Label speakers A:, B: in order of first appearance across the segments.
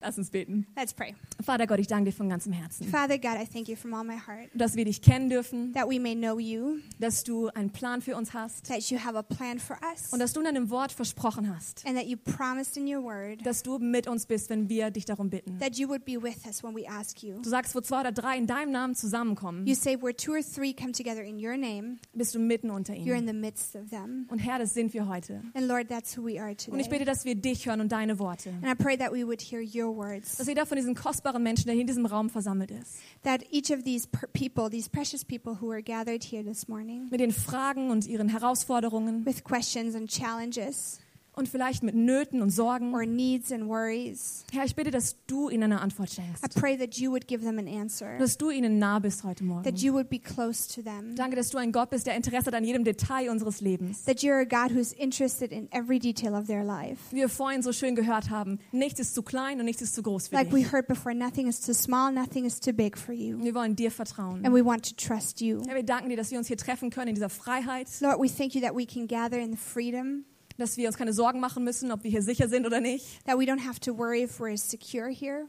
A: Lass uns beten.
B: Let's pray.
A: Vater Gott, ich danke dir von ganzem Herzen,
B: Father God, I thank you from all my heart
A: dass wir dich kennen dürfen,
B: that we may know you,
A: dass du einen Plan für uns hast
B: that you have a plan for us,
A: und dass du in deinem Wort versprochen hast,
B: and that you promised in your word
A: dass du mit uns bist, wenn wir dich darum bitten.
B: that you would be with us when we ask you.
A: Du sagst, wo zwei oder drei in deinem Namen zusammenkommen,
B: You say, Where two or three come together in your name,
A: bist du mitten unter
B: you're in
A: ihnen.
B: the midst of them.
A: Und Herr, das sind wir heute.
B: And Lord, that's who we are
A: Und ich bete,
B: today.
A: dass wir dich hören und deine Worte.
B: And I pray that we would hear your
A: Dass
B: words,
A: jeder von diesen kostbaren Menschen, der hier in diesem Raum versammelt ist,
B: that each of these per- people, these precious people who are gathered here this morning
A: mit den Fragen und ihren Herausforderungen
B: with questions and challenges,
A: und vielleicht mit Nöten und Sorgen,
B: or needs and worries,
A: Herr, ich bitte, dass du ihnen eine Antwort
B: I
A: schenkst.
B: pray that you would give them an answer,
A: Dass du ihnen nah bist heute Morgen.
B: that you would be close to them,
A: Danke, dass du ein Gott bist, der Interesse hat an jedem Detail unseres Lebens.
B: that you're a God who's interested in every detail of their life.
A: Wie wir vorhin so schön gehört haben, nichts ist zu klein und nichts ist zu groß für
B: Like we
A: dich.
B: heard before, nothing is too small, nothing is too big for you.
A: Wir wollen dir vertrauen.
B: And we want to trust you.
A: Herr, wir danken dir, dass wir uns hier treffen können in dieser Freiheit,
B: Lord, we thank you that we can gather in the freedom,
A: dass wir uns keine Sorgen machen müssen, ob wir hier sicher sind oder nicht.
B: that we don't have to worry if we're secure here.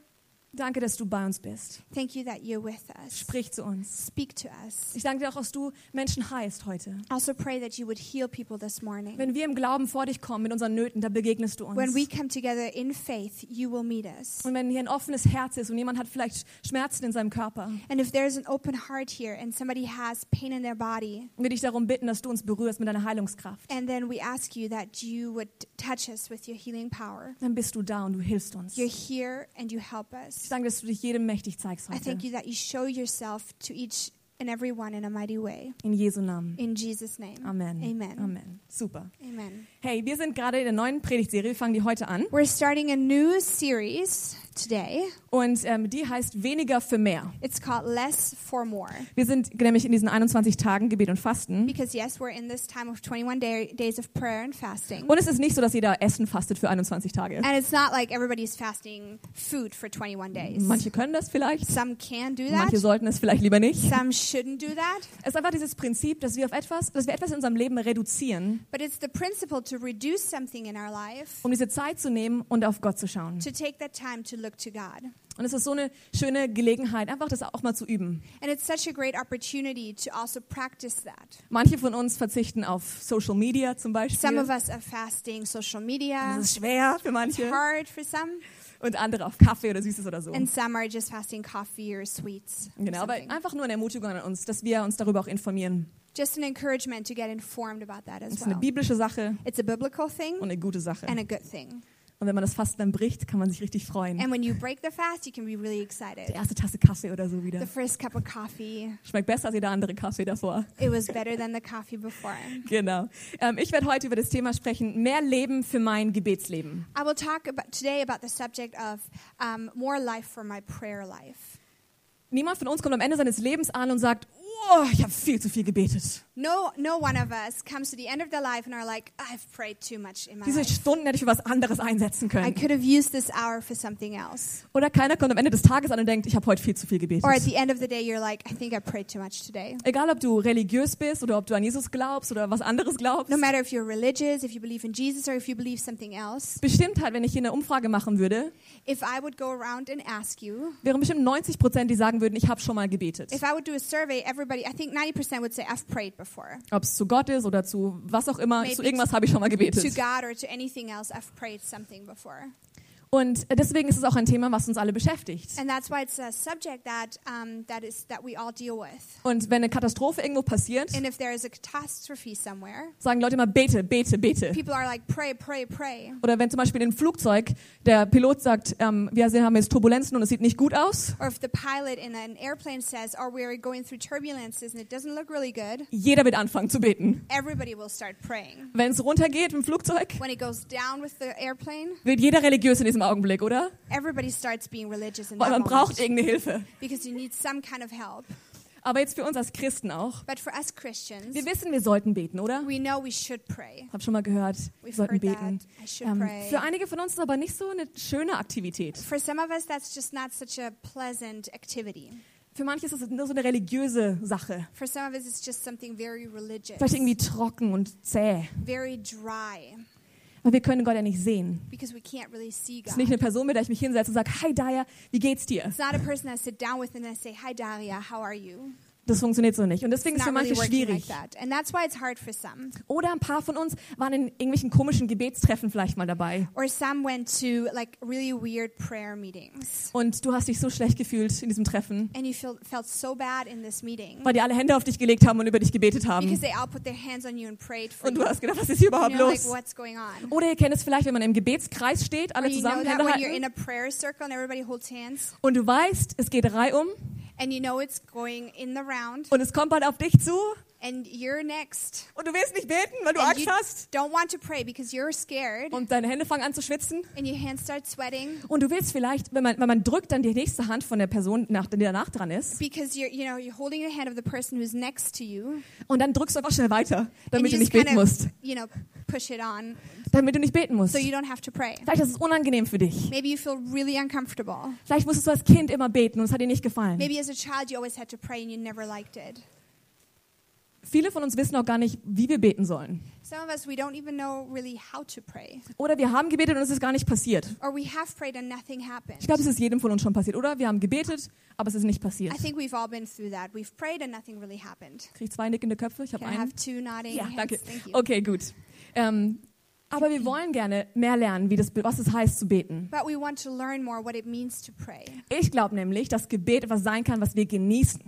A: Danke, dass du bei uns bist.
B: Thank you that you're with us.
A: Sprich zu uns.
B: Speak to us.
A: Ich danke dir auch, dass du Menschen heilst heute.
B: I Also pray that you would heal people this morning.
A: Wenn wir im Glauben vor dich kommen mit unseren Nöten, da begegnest du uns.
B: When we come together in faith, you will meet us.
A: Und wenn hier ein offenes Herz ist und jemand hat vielleicht Schmerzen in seinem Körper,
B: And if there's an open heart here and somebody has pain in their body,
A: wir dich darum bitten, dass du uns berührst mit deiner Heilungskraft.
B: and then we ask you that you would touch us with your healing power,
A: Dann bist du da und du hilfst uns.
B: you're
A: Ich
B: here and you help us.
A: danke, dass du dich jedem mächtig zeigst
B: I
A: heute.
B: thank you that you show yourself to each and every one in a mighty way.
A: In Jesu Namen.
B: In Jesus' name.
A: Amen.
B: Amen.
A: Amen. Super.
B: Amen.
A: Hey, wir sind gerade in der neuen Predigtserie. Wir fangen die heute an.
B: We're starting a new series today.
A: Und ähm, die heißt Weniger für mehr.
B: It's called Less for More.
A: Wir sind nämlich in diesen 21 Tagen Gebet und Fasten.
B: Because, yes, we're in this time of 21 day, days of prayer and fasting.
A: Und es ist nicht so, dass jeder Essen fastet für 21 Tage.
B: And it's not like everybody's fasting food for 21 days.
A: Manche können das vielleicht,
B: Some can do that,
A: manche sollten es vielleicht lieber nicht.
B: some shouldn't do that.
A: Es ist einfach dieses Prinzip, dass wir auf etwas, dass wir etwas in unserem Leben reduzieren,
B: But it's the principle to reduce something in our life,
A: um diese Zeit zu nehmen und auf Gott zu schauen.
B: to take that time to look to God.
A: Und es ist so eine schöne Gelegenheit, einfach das auch mal zu üben.
B: And it's such a great opportunity to also practice that.
A: Manche von uns verzichten auf Social Media zum
B: Some of
A: Beispiel.
B: us are fasting social media.
A: Das ist schwer für
B: It's
A: manche.
B: hard for some.
A: Und andere auf Kaffee oder Süßes oder so.
B: And some are just fasting coffee or sweets. or
A: Genau, aber
B: something.
A: einfach nur eine Ermutigung an uns, dass wir uns darüber auch informieren.
B: Just an encouragement to get informed about that
A: Das
B: as
A: ist eine
B: well.
A: biblische Sache
B: It's a biblical thing
A: und eine gute Sache.
B: and a good thing.
A: Und wenn man das Fasten dann bricht, kann man sich richtig freuen.
B: And when you break the fast, you can be really
A: Die
B: excited.
A: erste Tasse Kaffee oder so
B: The
A: wieder.
B: first cup of coffee,
A: Schmeckt besser als jeder andere Kaffee davor.
B: it was better than the coffee before.
A: Genau. Ähm, ich werde heute über das Thema sprechen, mehr Leben für mein Gebetsleben.
B: I will talk about today about the subject of um, more life for my prayer life.
A: Niemand von uns kommt am Ende seines Lebens an und sagt, oh, ich habe viel zu viel gebetet.
B: No, no one of us comes to the end of their life and are like, I've prayed too much in my
A: Diese
B: life.
A: Stunden hätte ich für was anderes einsetzen
B: I
A: können.
B: could have used this hour for something else.
A: Oder keiner kommt am Ende des Tages an und denkt, ich habe heute viel zu viel gebetet.
B: Or at the end of the day, you're like, I think I prayed too much today.
A: Egal, ob du religiös bist oder ob du an Jesus glaubst oder was anderes glaubst.
B: No matter if you're religious, if you believe in Jesus, or if you believe something else,
A: Bestimmt halt, wenn ich hier eine Umfrage machen würde,
B: if I would go around and ask you,
A: wären bestimmt 90 Prozent, die sagen würden, ich habe schon mal gebetet.
B: if I would do a survey, everybody, I think 90% would say, I've prayed before.
A: Ob es zu Gott ist oder zu was auch immer,
B: Maybe
A: zu irgendwas habe ich schon mal
B: To
A: gebetet.
B: God or to anything else, I've prayed something before.
A: Und äh, deswegen ist es auch ein Thema, was uns alle beschäftigt.
B: And that's why it's a subject that, um, that, is, that we all deal with.
A: Und wenn eine Katastrophe irgendwo passiert,
B: And if there is a catastrophe somewhere,
A: sagen Leute immer bete, bete, bete.
B: people are like, pray, pray, pray.
A: Oder wenn zum Beispiel in einem Flugzeug der Pilot sagt, ähm, wir haben jetzt Turbulenzen und es sieht nicht gut aus,
B: Or if the pilot in an airplane says, oh, we're going through turbulences and it doesn't look really good,
A: jeder wird anfangen zu beten.
B: everybody will start praying.
A: Wenn es runtergeht im Flugzeug,
B: When it goes down with the airplane,
A: wird jeder religiös in diesem Augenblick, oder?
B: everybody starts being religious in
A: Weil
B: that
A: man braucht
B: moment
A: irgendeine Hilfe.
B: because you need some kind of help.
A: Aber jetzt für uns als Christen auch.
B: But for us Christians,
A: Wir wissen, wir sollten beten, oder?
B: we know we should pray.
A: Hab schon mal gehört, wir
B: We've
A: sollten
B: heard that.
A: beten.
B: I should
A: Ähm,
B: pray.
A: für einige von uns ist aber nicht so eine schöne Aktivität.
B: For some of us, that's just not such a pleasant activity.
A: Für manche ist es nur so eine religiöse Sache.
B: For some of us, it's just something very religious,
A: Vielleicht irgendwie trocken und zäh.
B: very dry.
A: Weil wir können Gott ja nicht sehen.
B: because we can't really see
A: Es
B: God.
A: ist nicht eine Person, mit der ich mich hinsetze und sage, hi Daya, wie geht's dir?
B: It's not a person I sit down with and I say, Hi, Daria, how are you?
A: Das funktioniert so nicht. Und deswegen ist
B: It's
A: für
B: not really
A: manche
B: working like
A: schwierig.
B: that. And that's why it's hard for some.
A: Oder ein paar von uns waren in irgendwelchen komischen Gebetstreffen vielleicht mal dabei.
B: Or some went to like really weird prayer meetings.
A: Und du hast dich so schlecht gefühlt in diesem Treffen,
B: And you feel, felt so bad in this meeting
A: weil die alle Hände auf dich gelegt haben und über dich gebetet
B: because
A: haben.
B: they all put their hands on you and prayed for
A: Und
B: you.
A: du hast gedacht, um, was Oh, ist hier
B: And
A: überhaupt
B: you're like,
A: los?
B: what's going on?
A: Oder ihr kennt es vielleicht, wenn man im Gebetskreis steht,
B: Or
A: alle
B: you know
A: zusammen
B: that
A: Hände
B: when you're in
A: halten
B: a prayer circle and everybody holds hands
A: und du weißt, es geht reihum
B: and you know it's going in the round
A: und es kommt bald auf dich zu
B: and you're next.
A: und du willst nicht beten, weil du
B: And
A: Angst
B: you
A: hast
B: don't want to pray because you're scared
A: und deine Hände fangen an zu schwitzen
B: and your hands start sweating
A: und du willst vielleicht, wenn man, wenn man drückt, dann die nächste Hand von der Person, nach, die danach dran ist
B: because you're, you know, you're holding the hand of the person who's next to you.
A: und dann drückst du einfach schnell weiter,
B: And
A: damit du
B: you
A: nicht
B: just
A: beten
B: kind
A: musst.
B: of, you know, push it on
A: Damit du nicht beten musst.
B: so you don't have to pray.
A: Vielleicht ist es unangenehm für dich.
B: Maybe you feel really uncomfortable.
A: Vielleicht musstest du als Kind immer beten und es hat dir nicht gefallen.
B: Maybe as a child you always had to pray and you never liked it.
A: Viele von uns wissen auch gar nicht, wie wir beten sollen.
B: Some of us, we don't even know really how to pray.
A: Oder wir haben gebetet und es ist gar nicht passiert.
B: Or we have prayed and nothing happened.
A: Ich glaube, es ist jedem von uns schon passiert, oder? Wir haben gebetet, aber es ist nicht passiert.
B: I think we've all been through that. We've prayed and nothing really happened.
A: Kriege ich zwei nickende Köpfe? Ich habe
B: Can I
A: einen.
B: have two nodding
A: Ja,
B: hands?
A: danke.
B: Thank you.
A: Okay, gut. Ähm, aber wir wollen gerne mehr lernen, wie das, was es heißt zu beten.
B: But we want to learn more what it means to pray.
A: Ich glaube nämlich, dass Gebet etwas sein kann, was wir genießen.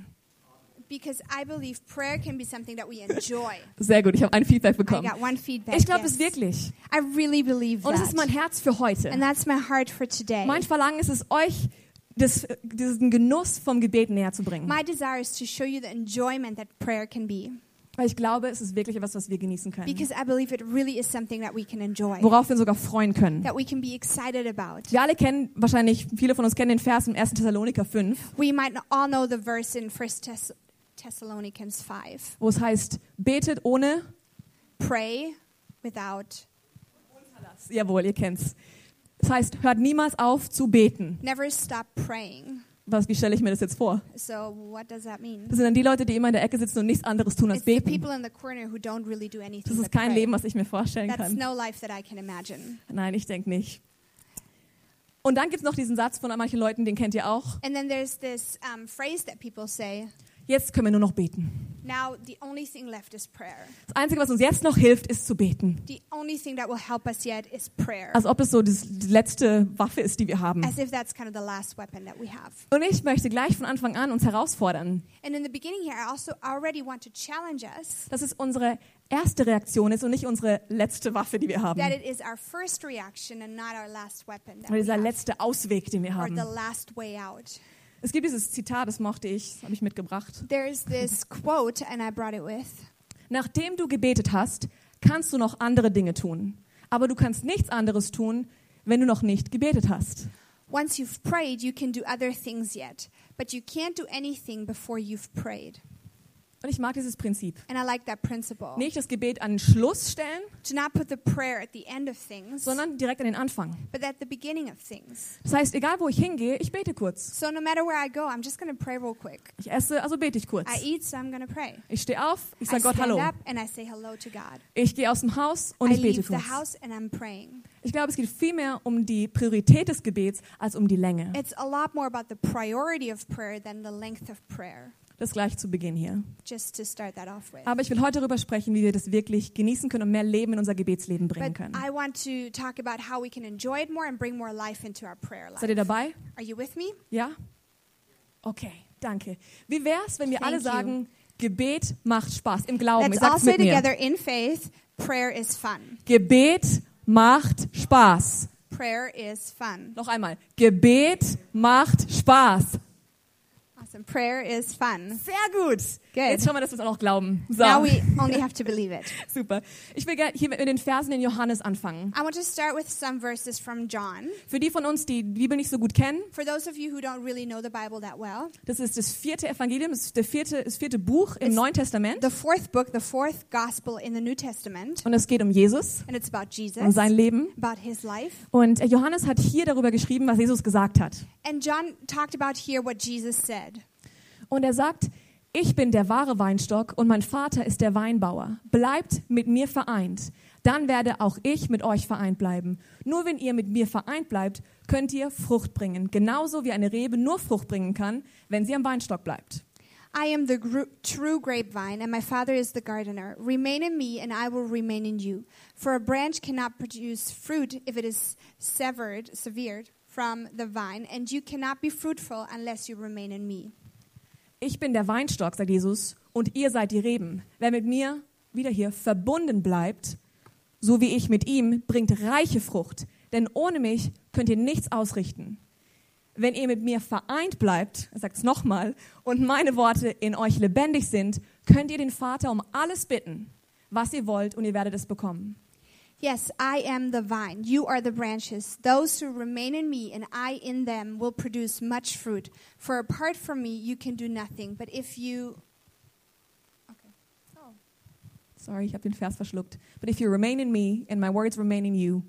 B: Because I believe prayer can be something that we enjoy.
A: Sehr gut, ich habe ein Feedback
B: I
A: bekommen.
B: got one feedback.
A: Ich glaube es
B: yes.
A: wirklich.
B: I really believe
A: Und
B: that.
A: es ist mein Herz für heute.
B: and that's my heart for today.
A: Mein Verlangen ist es, euch das, diesen Genuss vom Gebet näher zu bringen.
B: my desire is to show you the enjoyment that prayer can be.
A: Weil ich glaube, es ist wirklich etwas, was wir genießen können.
B: Because I believe it really is something that we can enjoy.
A: Worauf wir uns sogar freuen können.
B: that we can be excited about.
A: Wir alle kennen, wahrscheinlich viele von uns kennen den Vers im 1. Thessaloniker 5.
B: We might not all know the verse in 1 Thess- Thessalonians 5.
A: wo es heißt, betet ohne.
B: Pray without
A: Jawohl, ihr kennt's. Das heißt, hört niemals auf zu beten.
B: Never stop praying.
A: Was, wie stelle ich mir das jetzt vor?
B: So what does that mean?
A: Das sind dann die Leute, die immer in der Ecke sitzen und nichts anderes tun als
B: It's the
A: beten.
B: people in the corner who don't really do anything.
A: Das ist
B: but
A: kein
B: pray.
A: Leben, was ich mir vorstellen
B: That's
A: kann.
B: no life that I can imagine.
A: Nein, ich denke nicht. Und dann gibt's noch diesen Satz von manchen Leuten, den kennt ihr auch.
B: And then there's this um, phrase that people say.
A: Jetzt können wir nur noch beten.
B: Now the only thing left is prayer.
A: Das Einzige, was uns jetzt noch hilft, ist zu beten.
B: The only thing that will help us yet is prayer.
A: Als ob es so das, die letzte Waffe ist, die wir haben.
B: As if that's kind of the last weapon that we have.
A: Und ich möchte gleich von Anfang an uns herausfordern,
B: And in the beginning here, I also already want to challenge us
A: dass es unsere erste Reaktion ist und nicht unsere letzte Waffe, die wir haben.
B: that it is our first reaction and not our last weapon that
A: Oder
B: we
A: dieser
B: have,
A: letzte Ausweg, den wir
B: or the
A: haben.
B: last way out.
A: Es gibt dieses Zitat, das mochte ich, das habe ich mitgebracht.
B: There's this quote, and I brought it with.
A: Nachdem du gebetet hast, kannst du noch andere Dinge tun. Aber du kannst nichts anderes tun, wenn du noch nicht gebetet hast.
B: Once you've prayed, you can do other things yet, but you can't do anything before you've prayed.
A: Und ich mag dieses Prinzip.
B: And I like that principle.
A: Nicht das Gebet an den Schluss stellen,
B: To not put the prayer at the end of things,
A: sondern direkt an den Anfang.
B: but at the beginning of things.
A: Das heißt, egal wo ich hingehe, ich bete kurz.
B: So no matter where I go, I'm just going to pray real quick.
A: Ich esse, also bete ich kurz.
B: I eat, so I'm going to pray.
A: Ich stehe auf, ich
B: I
A: sage Gott
B: stand
A: Hallo.
B: up and I say hello to God.
A: Ich gehe aus dem Haus und
B: I
A: ich bete
B: leave the
A: kurz.
B: house and I'm praying.
A: Ich glaube, es geht vielmehr um die Priorität des Gebets als um die Länge.
B: It's a lot more about the priority of prayer than the length of prayer,
A: Das gleich zu Beginn hier.
B: just to start that off with.
A: Aber ich will heute darüber sprechen, wie wir das wirklich genießen können und mehr Leben in unser Gebetsleben bringen
B: But
A: können.
B: I want to talk about how we can enjoy it more and bring more life into our prayer life.
A: Seid ihr dabei?
B: Are you with me?
A: Ja? Okay, danke. Wie wär's, wenn wir
B: Thank
A: alle
B: you.
A: sagen, Gebet macht Spaß im Glauben? Ihr
B: Let's all
A: sagt's
B: say
A: mit mir.
B: together in faith, prayer is fun.
A: Gebet macht Spaß.
B: Prayer is fun.
A: Noch einmal. Gebet macht Spaß.
B: Awesome. Prayer is fun.
A: Sehr gut. Jetzt schauen wir, dass wir es auch noch glauben. So,
B: Now we only have to believe it.
A: super. Ich will gerne hier mit den Versen in Johannes anfangen.
B: I want to start with some verses from John.
A: Für die von uns, die die Bibel nicht so gut kennen,
B: For those of you who don't really know the Bible that well,
A: das ist das vierte Evangelium, das, ist der vierte, das vierte Buch im
B: Ist-
A: Neuen Testament.
B: the fourth book, the fourth gospel in the New Testament,
A: Und es geht um Jesus,
B: and it's about
A: um
B: Jesus,
A: sein Leben.
B: about his life.
A: Und äh, Johannes hat hier darüber geschrieben, was Jesus gesagt hat.
B: And John talked about here what Jesus said.
A: Und er sagt, ich bin der wahre Weinstock und mein Vater ist der Weinbauer. Bleibt mit mir vereint, dann werde auch ich mit euch vereint bleiben. Nur wenn ihr mit mir vereint bleibt, könnt ihr Frucht bringen. Genauso wie eine Rebe nur Frucht bringen kann, wenn sie am Weinstock bleibt.
B: I am the gru- true grapevine, and my Father is the gardener. Remain in me, and I will remain in you. For a branch cannot produce fruit if it is severed, severed from the vine, and you cannot be fruitful unless you remain in me.
A: Ich bin der Weinstock, sagt Jesus, und ihr seid die Reben. Wer mit mir wieder hier verbunden bleibt, so wie ich mit ihm, bringt reiche Frucht, denn ohne mich könnt ihr nichts ausrichten. Wenn ihr mit mir vereint bleibt, er sagt es nochmal, und meine Worte in euch lebendig sind, könnt ihr den Vater um alles bitten, was ihr wollt, und ihr werdet es bekommen.
B: Yes, I am the vine. You are the branches. Those who remain in me and I in them will produce much fruit. For apart from me, you can do nothing. But if you. Okay. Oh.
A: Sorry, ich habe den Vers verschluckt. But if you remain in me and my words remain in you,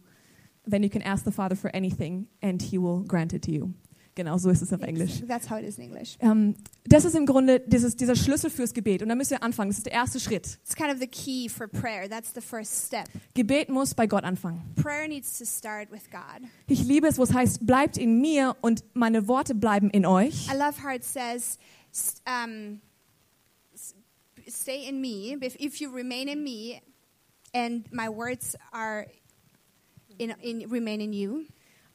A: then you can ask the Father for anything and he will grant it to you. Genau so ist es auf Englisch.
B: That's how it is in English.
A: Ähm, das ist im Grunde dieses, dieser Schlüssel fürs Gebet. Und da müssen wir anfangen. Das ist der erste Schritt.
B: It's kind of the key for prayer. That's the first step.
A: Gebet muss bei Gott anfangen.
B: Prayer needs to start with God.
A: Ich liebe es, wo es heißt, bleibt in mir und meine Worte bleiben in euch.
B: I love how it says, s- um, s- stay in me, if, if you remain in me, and my words are in, in, remain in you,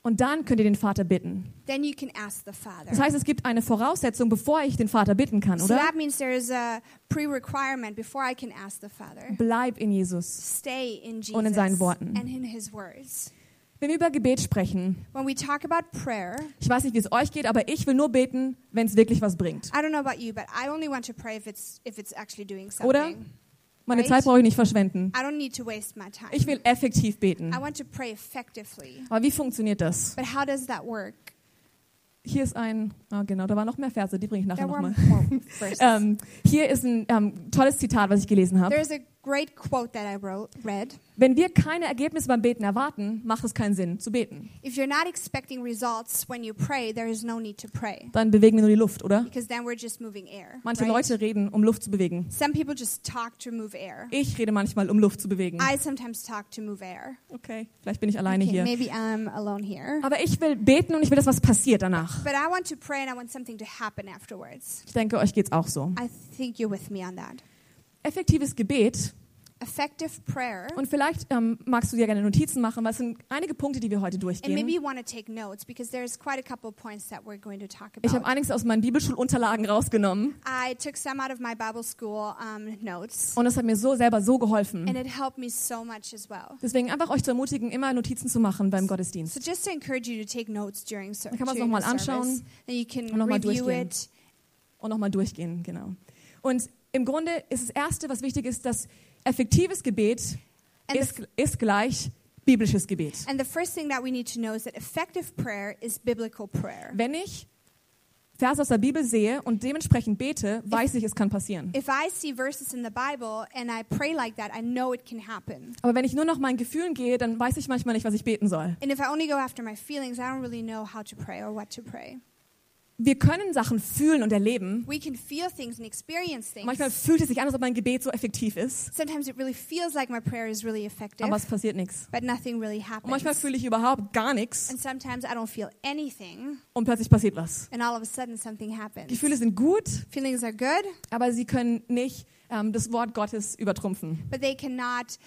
A: Und dann könnt ihr den Vater bitten.
B: then you can ask the Father.
A: Das heißt, es gibt eine Voraussetzung, bevor ich den Vater bitten kann,
B: So
A: oder?
B: that means there is a pre requirement before I can ask the Father.
A: Bleib in Jesus.
B: Stay in Jesus
A: Und in seinen Worten.
B: and in his words.
A: Wenn wir über Gebet sprechen,
B: When we talk about prayer,
A: ich weiß nicht, wie es euch geht, aber ich will nur beten, wenn es wirklich was bringt.
B: I don't know about you, but I only want to pray if it's if it's actually doing something.
A: Oder? Meine
B: Right?
A: Zeit brauche ich nicht verschwenden.
B: I don't need to waste my time.
A: Ich will effektiv beten.
B: I want to pray effectively.
A: Aber wie funktioniert das?
B: But how does that work?
A: Hier ist ein, ah genau, da waren noch mehr Verse, die bringe ich nachher
B: There were
A: nochmal.
B: more verses.
A: Ähm, hier ist ein ähm, tolles Zitat, was ich gelesen habe.
B: There's a great quote that I wrote, read.
A: Wenn wir keine Ergebnisse beim Beten erwarten, macht es keinen Sinn zu beten.
B: If you're not expecting results when you pray, there is no need to pray
A: Dann bewegen wir nur die Luft, oder?
B: because then we're just moving air.
A: Manche
B: right?
A: Leute reden, um Luft zu bewegen.
B: Some people just talk to move air.
A: Ich rede manchmal, um Luft zu bewegen.
B: I sometimes talk to move air.
A: Okay, vielleicht bin ich alleine
B: Okay,
A: hier. Um,
B: Maybe I'm alone here.
A: Aber ich will beten und ich will, dass was passiert danach.
B: But I want to pray and I want something to happen afterwards.
A: Ich denke, euch geht's auch so.
B: I think you're with me on that.
A: Effektives Gebet.
B: Effective prayer.
A: Und vielleicht ähm, magst du dir gerne Notizen machen, weil es sind einige Punkte, die wir heute
B: And maybe
A: durchgehen.
B: you want to take notes because there's quite a couple points that we're going to talk
A: Ich habe
B: about.
A: einiges aus meinen Bibelschulunterlagen rausgenommen.
B: I took some out of my Bible school um, notes,
A: Und das hat mir so selber so geholfen.
B: and it helped me so much as well.
A: Deswegen einfach euch zu ermutigen, immer Notizen zu machen beim Gottesdienst.
B: So just to encourage you to take notes during, ser-
A: Dann kann man's
B: during
A: noch mal
B: the service,
A: anschauen
B: and you
A: und
B: can
A: noch mal
B: review
A: durchgehen.
B: it.
A: Und nochmal durchgehen, genau. Und im Grunde ist das Erste, was wichtig ist, dass effektives Gebet
B: And the,
A: ist, ist gleich biblisches Gebet.
B: and the first thing that we need to know is that effective prayer is biblical prayer.
A: Wenn ich Verse aus der Bibel sehe und dementsprechend bete, weiß ich, es kann passieren.
B: If I see verses in the Bible and I pray like that, I know it can happen.
A: Aber wenn ich nur nach meinen Gefühlen gehe, dann weiß ich manchmal nicht, was ich beten soll.
B: And if I only go after my feelings, I don't really know how to pray or what to pray.
A: Wir können Sachen fühlen und erleben.
B: We can feel things and experience things.
A: Manchmal fühlt es sich an, als ob mein Gebet so effektiv ist,
B: Sometimes it really feels like my prayer is really effective,
A: aber es passiert nichts.
B: but nothing really
A: Und manchmal
B: happens.
A: fühle ich überhaupt gar nichts
B: And sometimes I don't feel anything,
A: und plötzlich passiert was.
B: and all of a sudden something happens.
A: Gefühle sind gut,
B: Feelings are good,
A: aber sie können nicht ähm, das Wort Gottes übertrumpfen.
B: but they cannot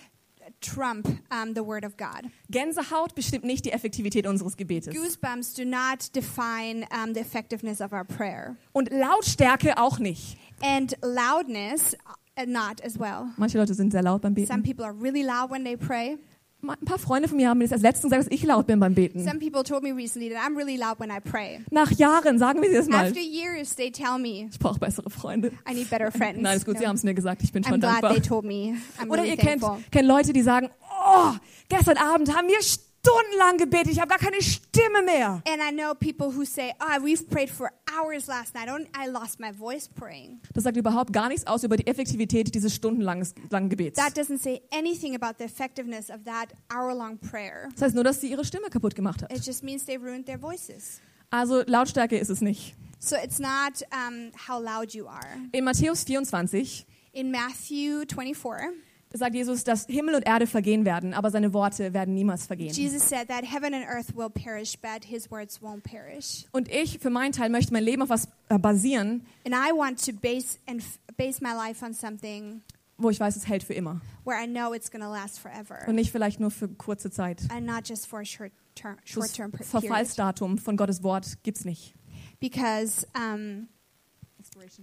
B: trump um, the Word of God.
A: Gänsehaut bestimmt nicht die Effektivität unseres Gebetes.
B: Goosebumps do not define um, the effectiveness of our prayer,
A: Und Lautstärke auch nicht.
B: and loudness uh, not as well.
A: Manche Leute sind sehr laut beim
B: Some
A: Beten.
B: people are really loud when they pray.
A: Ma- Ein paar Freunde von mir haben mir das als letzten gesagt, dass ich laut bin beim Beten.
B: Some people told me recently that I'm really loud when I pray.
A: Nach Jahren, sagen wir sie das mal.
B: After years, they tell me
A: Ich brauche bessere Freunde.
B: I need better friends.
A: Nein, ist gut,
B: No.
A: sie haben es mir gesagt. Ich bin
B: I'm
A: schon
B: glad
A: dankbar.
B: they told me. I'm
A: Oder
B: really
A: ihr kennt,
B: thankful.
A: kennt Leute, die sagen, oh, gestern Abend haben wir stundenlang gebetet. Ich habe gar keine Stimme mehr.
B: And I know people who say, "Ah, we've prayed for hours last night. Don't- I lost my voice praying."
A: Das sagt überhaupt gar nichts aus über die Effektivität dieses stundenlangen langen Gebets.
B: That doesn't say anything about the effectiveness of that hour-long prayer.
A: Das heißt nur, dass sie ihre Stimme kaputt gemacht
B: It
A: hat.
B: just means they ruined their voices.
A: Also Lautstärke ist es nicht.
B: So it's not um, how loud you are.
A: In Matthäus 24,
B: In Matthew 24,
A: das sagt Jesus, dass Himmel und Erde vergehen werden, aber seine Worte werden niemals vergehen.
B: Jesus said that heaven and earth will perish, but his words won't perish.
A: Und ich für meinen Teil möchte mein Leben auf was äh, basieren,
B: And I want to base and f- base my life on something
A: wo ich weiß, es hält für immer
B: where I know it's going to last forever
A: und nicht vielleicht nur für kurze Zeit.
B: and not just for a short term short
A: Das
B: term period
A: Verfallsdatum von Gottes Wort gibt's nicht.
B: because um,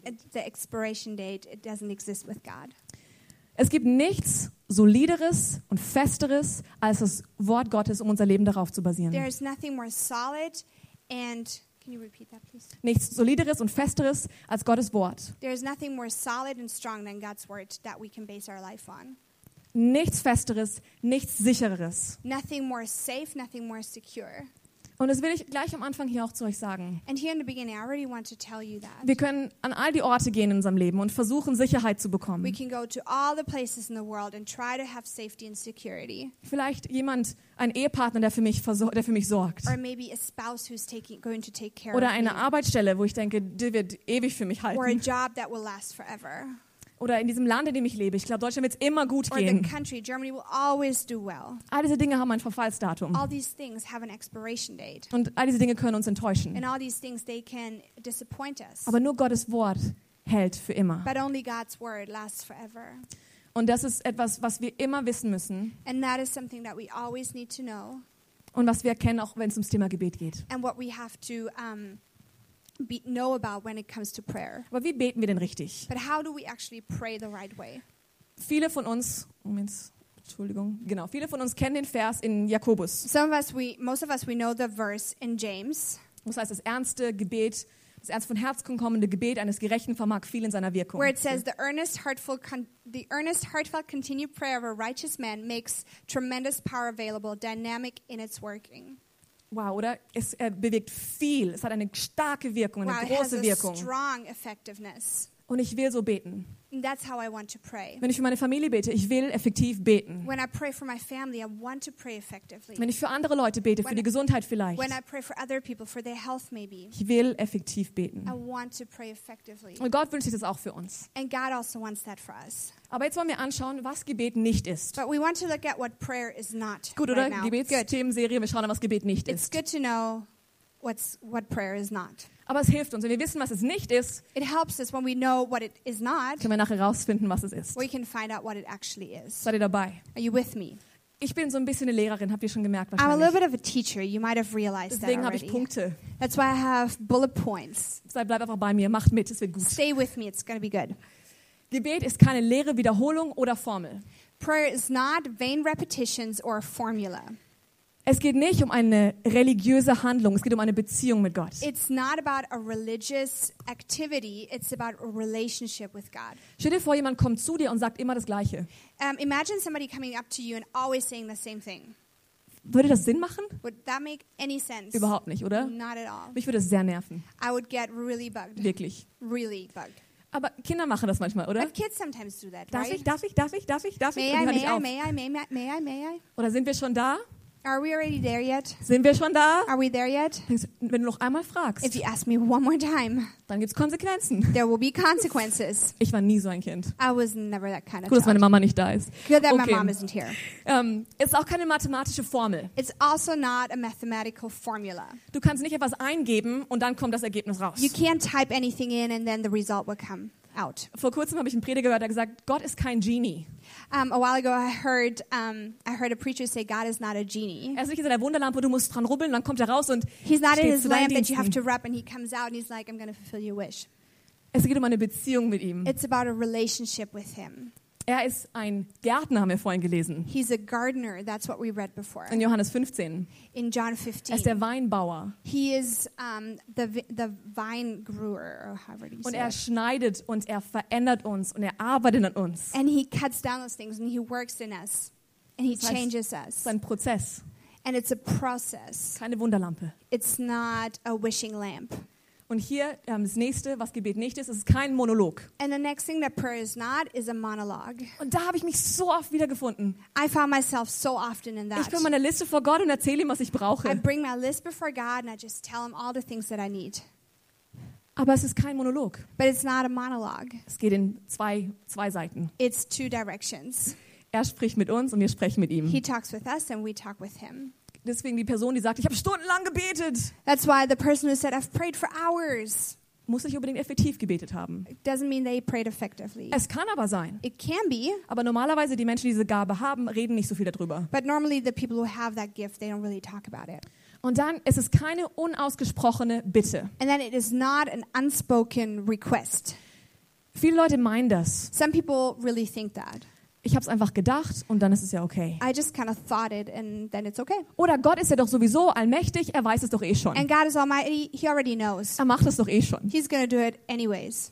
B: it- the expiration date it doesn't exist with God.
A: Es gibt nichts solideres und festeres als das Wort Gottes, um unser Leben darauf zu
B: There
A: basieren.
B: is nothing more solid and can you repeat that please?
A: Nichts solideres und festeres als Gottes Wort.
B: There is nothing more solid and strong than God's word that we can base our life on.
A: Nichts festeres, nichts sichereres.
B: Nothing more safe, nothing more secure.
A: Und das will ich gleich am Anfang hier auch zu euch sagen.
B: And here in the beginning I already want to tell you that.
A: Wir können an all die Orte gehen in unserem Leben und versuchen, Sicherheit zu
B: We
A: bekommen.
B: can go to all the places in the world and try to have safety and security.
A: Vielleicht jemand, ein Ehepartner, der für mich, versor- der für mich sorgt.
B: Or maybe a spouse who's taking, going to take care
A: Oder
B: of me.
A: eine Arbeitsstelle, wo ich denke, die wird ewig für mich
B: Or a
A: halten.
B: job that will last forever.
A: Oder in diesem Land, in dem ich lebe. Ich glaube, Deutschland wird es immer gut
B: Or the
A: gehen.
B: country. Germany will always do well.
A: All diese Dinge haben ein Verfallsdatum.
B: All these things have an expiration date.
A: Und all diese Dinge können uns enttäuschen.
B: And all these things, they can disappoint us.
A: Aber nur Gottes Wort hält für immer.
B: But only God's word lasts forever.
A: Und das ist etwas, was wir immer wissen müssen
B: And that is something that we always need to know
A: und was wir erkennen, auch wenn es ums Thema Gebet geht.
B: and what we have to um, be, know about when it comes to prayer.
A: Aber wie beten wir denn richtig?
B: But how do we actually pray the right way?
A: Viele von uns, Moment, Entschuldigung, genau, viele von uns kennen den Vers in Jakobus.
B: Some of us, we, most of us, we know the verse in James
A: Das heißt, das ernste Gebet, das ernst von Herzen kommende Gebet eines Gerechten vermag viel in seiner Wirkung.
B: where it says, "The earnest, heartful, con- the earnest, heartfelt, continued prayer of a righteous man makes tremendous power available, dynamic in its working."
A: Wow, oder? Es äh, bewegt viel. Es hat eine starke Wirkung, eine
B: Wow, it has
A: große
B: a
A: Wirkung.
B: strong effectiveness.
A: Und ich will so beten.
B: And that's how I want to pray.
A: Wenn ich für meine Familie bete, ich will effektiv beten.
B: When I pray for my family, I want to pray effectively.
A: Wenn ich für andere Leute bete, für
B: When-
A: die Gesundheit vielleicht,
B: When I pray for other people, for their health, maybe,
A: ich will effektiv beten.
B: I want to pray effectively.
A: Und Gott wünscht sich das auch für uns.
B: And God also wants that for us.
A: Aber jetzt wollen wir anschauen, was Gebet nicht ist.
B: But we want to look at what prayer is not.
A: Gut, oder?
B: right now. Good.
A: Gebetsthemenserie, wir schauen an, was Gebet nicht
B: It's
A: ist.
B: good to know what's what prayer is not.
A: Aber es hilft uns. Wenn wir wissen, was es nicht ist,
B: It helps us when we know what it is not,
A: können wir nachher rausfinden, was es ist.
B: we can find out what it actually is.
A: Seid ihr dabei?
B: Are you with me?
A: Ich bin so ein bisschen eine Lehrerin, habt ihr schon gemerkt
B: I'm a little
A: wahrscheinlich.
B: bit of a teacher. You might have realized that
A: Deswegen habe ich
B: already.
A: Punkte.
B: That's why I have bullet points.
A: Seid, bleibt einfach bei mir, macht mit, es wird gut.
B: Stay with me. It's going to be good.
A: Gebet ist keine leere Wiederholung oder Formel.
B: Prayer is not vain repetitions or a formula.
A: Es geht nicht um eine religiöse Handlung, es geht um eine Beziehung mit Gott.
B: It's not about a religious activity. It's about a relationship with God.
A: Stell dir vor, jemand kommt zu dir und sagt immer das Gleiche.
B: Um, imagine somebody coming up to you and always saying the same thing.
A: Würde das Sinn machen?
B: Would that make any sense?
A: Überhaupt nicht, oder?
B: Not at all.
A: Mich würde es sehr nerven,
B: I would get really bugged.
A: wirklich.
B: Really bugged.
A: Aber Kinder machen das manchmal, oder?
B: But kids sometimes do that,
A: Darf
B: right?
A: ich, darf ich, darf ich, darf ich, darf ich?
B: May
A: Und
B: I,
A: die hören
B: may
A: nicht
B: I,
A: auf.
B: may I, may I, may I, may I?
A: Oder sind wir schon da?
B: Are we already there yet?
A: Sind wir schon da?
B: Are we there yet?
A: Denkst du, Wenn du noch einmal
B: If
A: fragst,
B: you ask me one more time,
A: dann gibt es Konsequenzen.
B: there will be consequences.
A: Ich war nie so ein Kind.
B: I was never that kind of
A: Gut, dass meine
B: child.
A: Mama nicht da ist.
B: Good that my
A: Okay.
B: mom isn't here.
A: Ähm, ist auch keine mathematische Formel.
B: It's also not a mathematical formula.
A: Du kannst nicht etwas eingeben und dann kommt das Ergebnis raus.
B: You can't type anything in and then the result will come out.
A: Vor kurzem habe ich einen Prediger gehört, der gesagt, Gott ist kein Genie.
B: Um, a while ago, I heard um, I heard a preacher say, "God is not a genie.
A: Er ist nicht in seiner Wunderlampe, du musst dran rubbeln, dann kommt er raus und
B: He's not in
A: steht
B: his
A: zu deinen
B: lamp that you have
A: Diensten.
B: to rub." And he comes out and he's like, "I'm going to fulfill your wish."
A: Es geht um eine Beziehung mit ihm.
B: It's about a relationship with him.
A: Er ist ein Gärtner, haben wir vorhin gelesen.
B: He's a gardener. That's what we read before
A: In Johannes 15.
B: in
A: Er
B: John
A: ist der
B: 15.
A: Weinbauer.
B: He is um, the vi- the vine grower, or however you
A: Und
B: say
A: er
B: it.
A: schneidet uns, er verändert uns und er arbeitet an uns.
B: And he cuts down those things and he works in us and he
A: Das heißt, Es
B: changes us.
A: ist ein Prozess,
B: And it's a process.
A: keine Wunderlampe.
B: It's not a wishing lamp.
A: Und hier ähm, das nächste, was Gebet nicht ist, es ist kein Monolog.
B: And the next thing that prayer is not is a monologue.
A: Und da habe ich mich so oft wiedergefunden.
B: I found myself so often in
A: Ich
B: that.
A: bin meine Liste vor Gott und erzähle ihm, was ich
B: I
A: brauche.
B: bring my list before God and I just tell him all the things that I need.
A: Aber es ist kein Monolog.
B: But it's not a monologue.
A: Es geht in zwei, zwei Seiten.
B: It's two directions.
A: Er spricht mit uns und wir sprechen mit ihm.
B: He talks with us and we talk with him.
A: Deswegen die Person, die sagt, ich habe stundenlang gebetet,
B: That's why the person who said, I've prayed for hours,
A: muss nicht unbedingt effektiv gebetet haben.
B: it doesn't mean they prayed effectively.
A: Es kann aber sein.
B: It can be,
A: Aber normalerweise die Menschen, die diese Gabe haben, reden nicht so viel darüber.
B: but normally the people who have that gift, they don't really talk about it.
A: Und dann ist es keine unausgesprochene Bitte.
B: And then it is not an unspoken request.
A: Viele Leute meinen das.
B: Some people really think that.
A: Ich habe es einfach gedacht und dann ist es ja okay.
B: I just kind of thought it and then it's okay.
A: Oder Gott ist ja doch sowieso allmächtig, er weiß es doch eh schon.
B: And God is almighty, he already knows.
A: Er macht es doch eh schon.
B: He's going to do it anyways.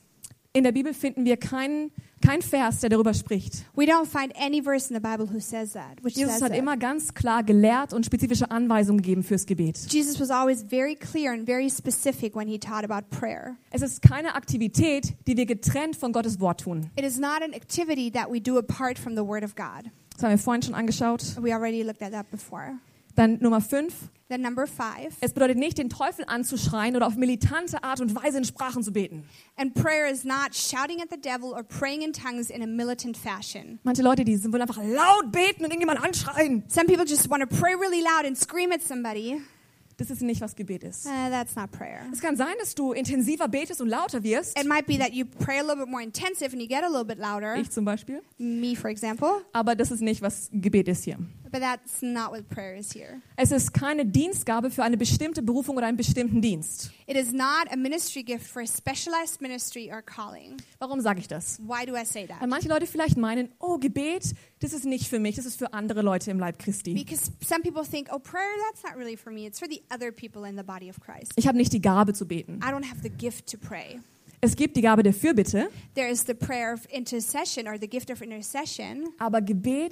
A: In der Bibel finden wir keinen kein Vers, der darüber spricht.
B: We don't find any verse in the Bible who says that, which
A: Jesus
B: says
A: hat
B: that.
A: immer ganz klar gelehrt und spezifische Anweisungen gegeben fürs Gebet.
B: Jesus was always very clear and very specific when he taught about prayer.
A: Es ist keine Aktivität, die wir getrennt von Gottes Wort tun.
B: It is not an activity that we do apart from the Word of God.
A: Das haben wir vorhin schon angeschaut.
B: We already looked at that before.
A: Dann Nummer 5.
B: Then, number five,
A: Es bedeutet nicht, den Teufel anzuschreien oder auf militante Art und Weise in Sprachen zu beten.
B: and prayer is not shouting at the devil or praying in tongues in a militant fashion.
A: Manche Leute, die sind- wollen einfach laut beten und irgendjemand anschreien.
B: Some people just want to pray really loud and scream at somebody.
A: Das ist nicht, was Gebet ist.
B: Uh, that's not prayer.
A: Es kann sein, dass du intensiver betest und lauter wirst.
B: It might be that you pray a little bit more intensive and you get a little bit louder.
A: Ich zum Beispiel.
B: Me, for example.
A: Aber das ist nicht, was Gebet ist hier.
B: But that's not what prayer is here.
A: Es ist keine Dienstgabe für eine bestimmte Berufung oder einen bestimmten Dienst.
B: It is not a ministry gift for a specialized ministry or calling.
A: Warum sage ich das?
B: Why do I say that?
A: Weil manche Leute vielleicht meinen, oh, Gebet, das ist nicht für mich, das ist für andere Leute im Leib Christi.
B: Because some people think, oh, prayer, that's not really for me. It's for the other people in the body of Christ.
A: Ich habe nicht die Gabe zu beten.
B: I don't have the gift to pray.
A: Es gibt die Gabe der Fürbitte,
B: There is the prayer of intercession or the gift of intercession
A: aber Gebet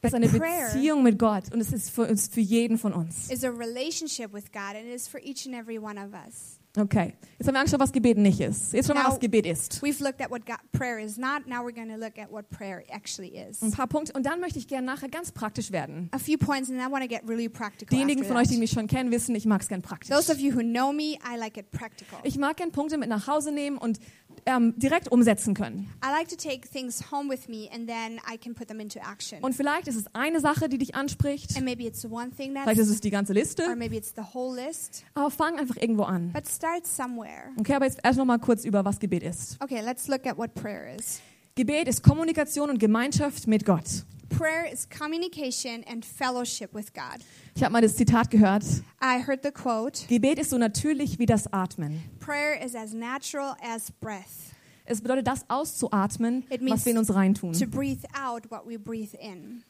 A: ist eine
B: prayer-
A: Beziehung mit Gott und es ist für, uns, für jeden von uns.
B: is a relationship with God and it is for each and every one of us.
A: Okay, jetzt haben wir angeschaut, was Gebet nicht ist. Jetzt schauen wir,
B: Now-
A: was Gebet ist.
B: We've looked at what God, prayer is not. Now we're going to look at what prayer actually is.
A: Ein paar Punkte und dann möchte ich gerne nachher ganz praktisch werden.
B: A few points and I want to get really practical.
A: Diejenigen
B: after
A: von euch, die
B: that.
A: mich schon kennen, wissen, ich mag es gern praktisch.
B: Those of you who know me, I like it practical.
A: Ich mag gern Punkte mit nach Hause nehmen und ähm, direkt umsetzen können.
B: I like to take things home with me and then I can put them into action.
A: Und vielleicht ist es eine Sache, die dich anspricht,
B: And maybe it's one thing
A: vielleicht
B: that's
A: ist es die ganze
B: or
A: Liste,
B: maybe it's the whole list,
A: aber fang einfach irgendwo an.
B: but start somewhere.
A: Okay, aber jetzt erst noch mal kurz über, was Gebet ist.
B: Okay, let's look at what prayer is.
A: Gebet ist Kommunikation und Gemeinschaft mit Gott.
B: Prayer is communication and fellowship with God.
A: Ich habe mal das Zitat gehört.
B: I heard the quote
A: Gebet ist so natürlich wie das Atmen.
B: prayer is as natural as breath,
A: Es bedeutet, das auszuatmen,
B: It means
A: was wir in uns reintun.
B: to breathe out what we breathe in.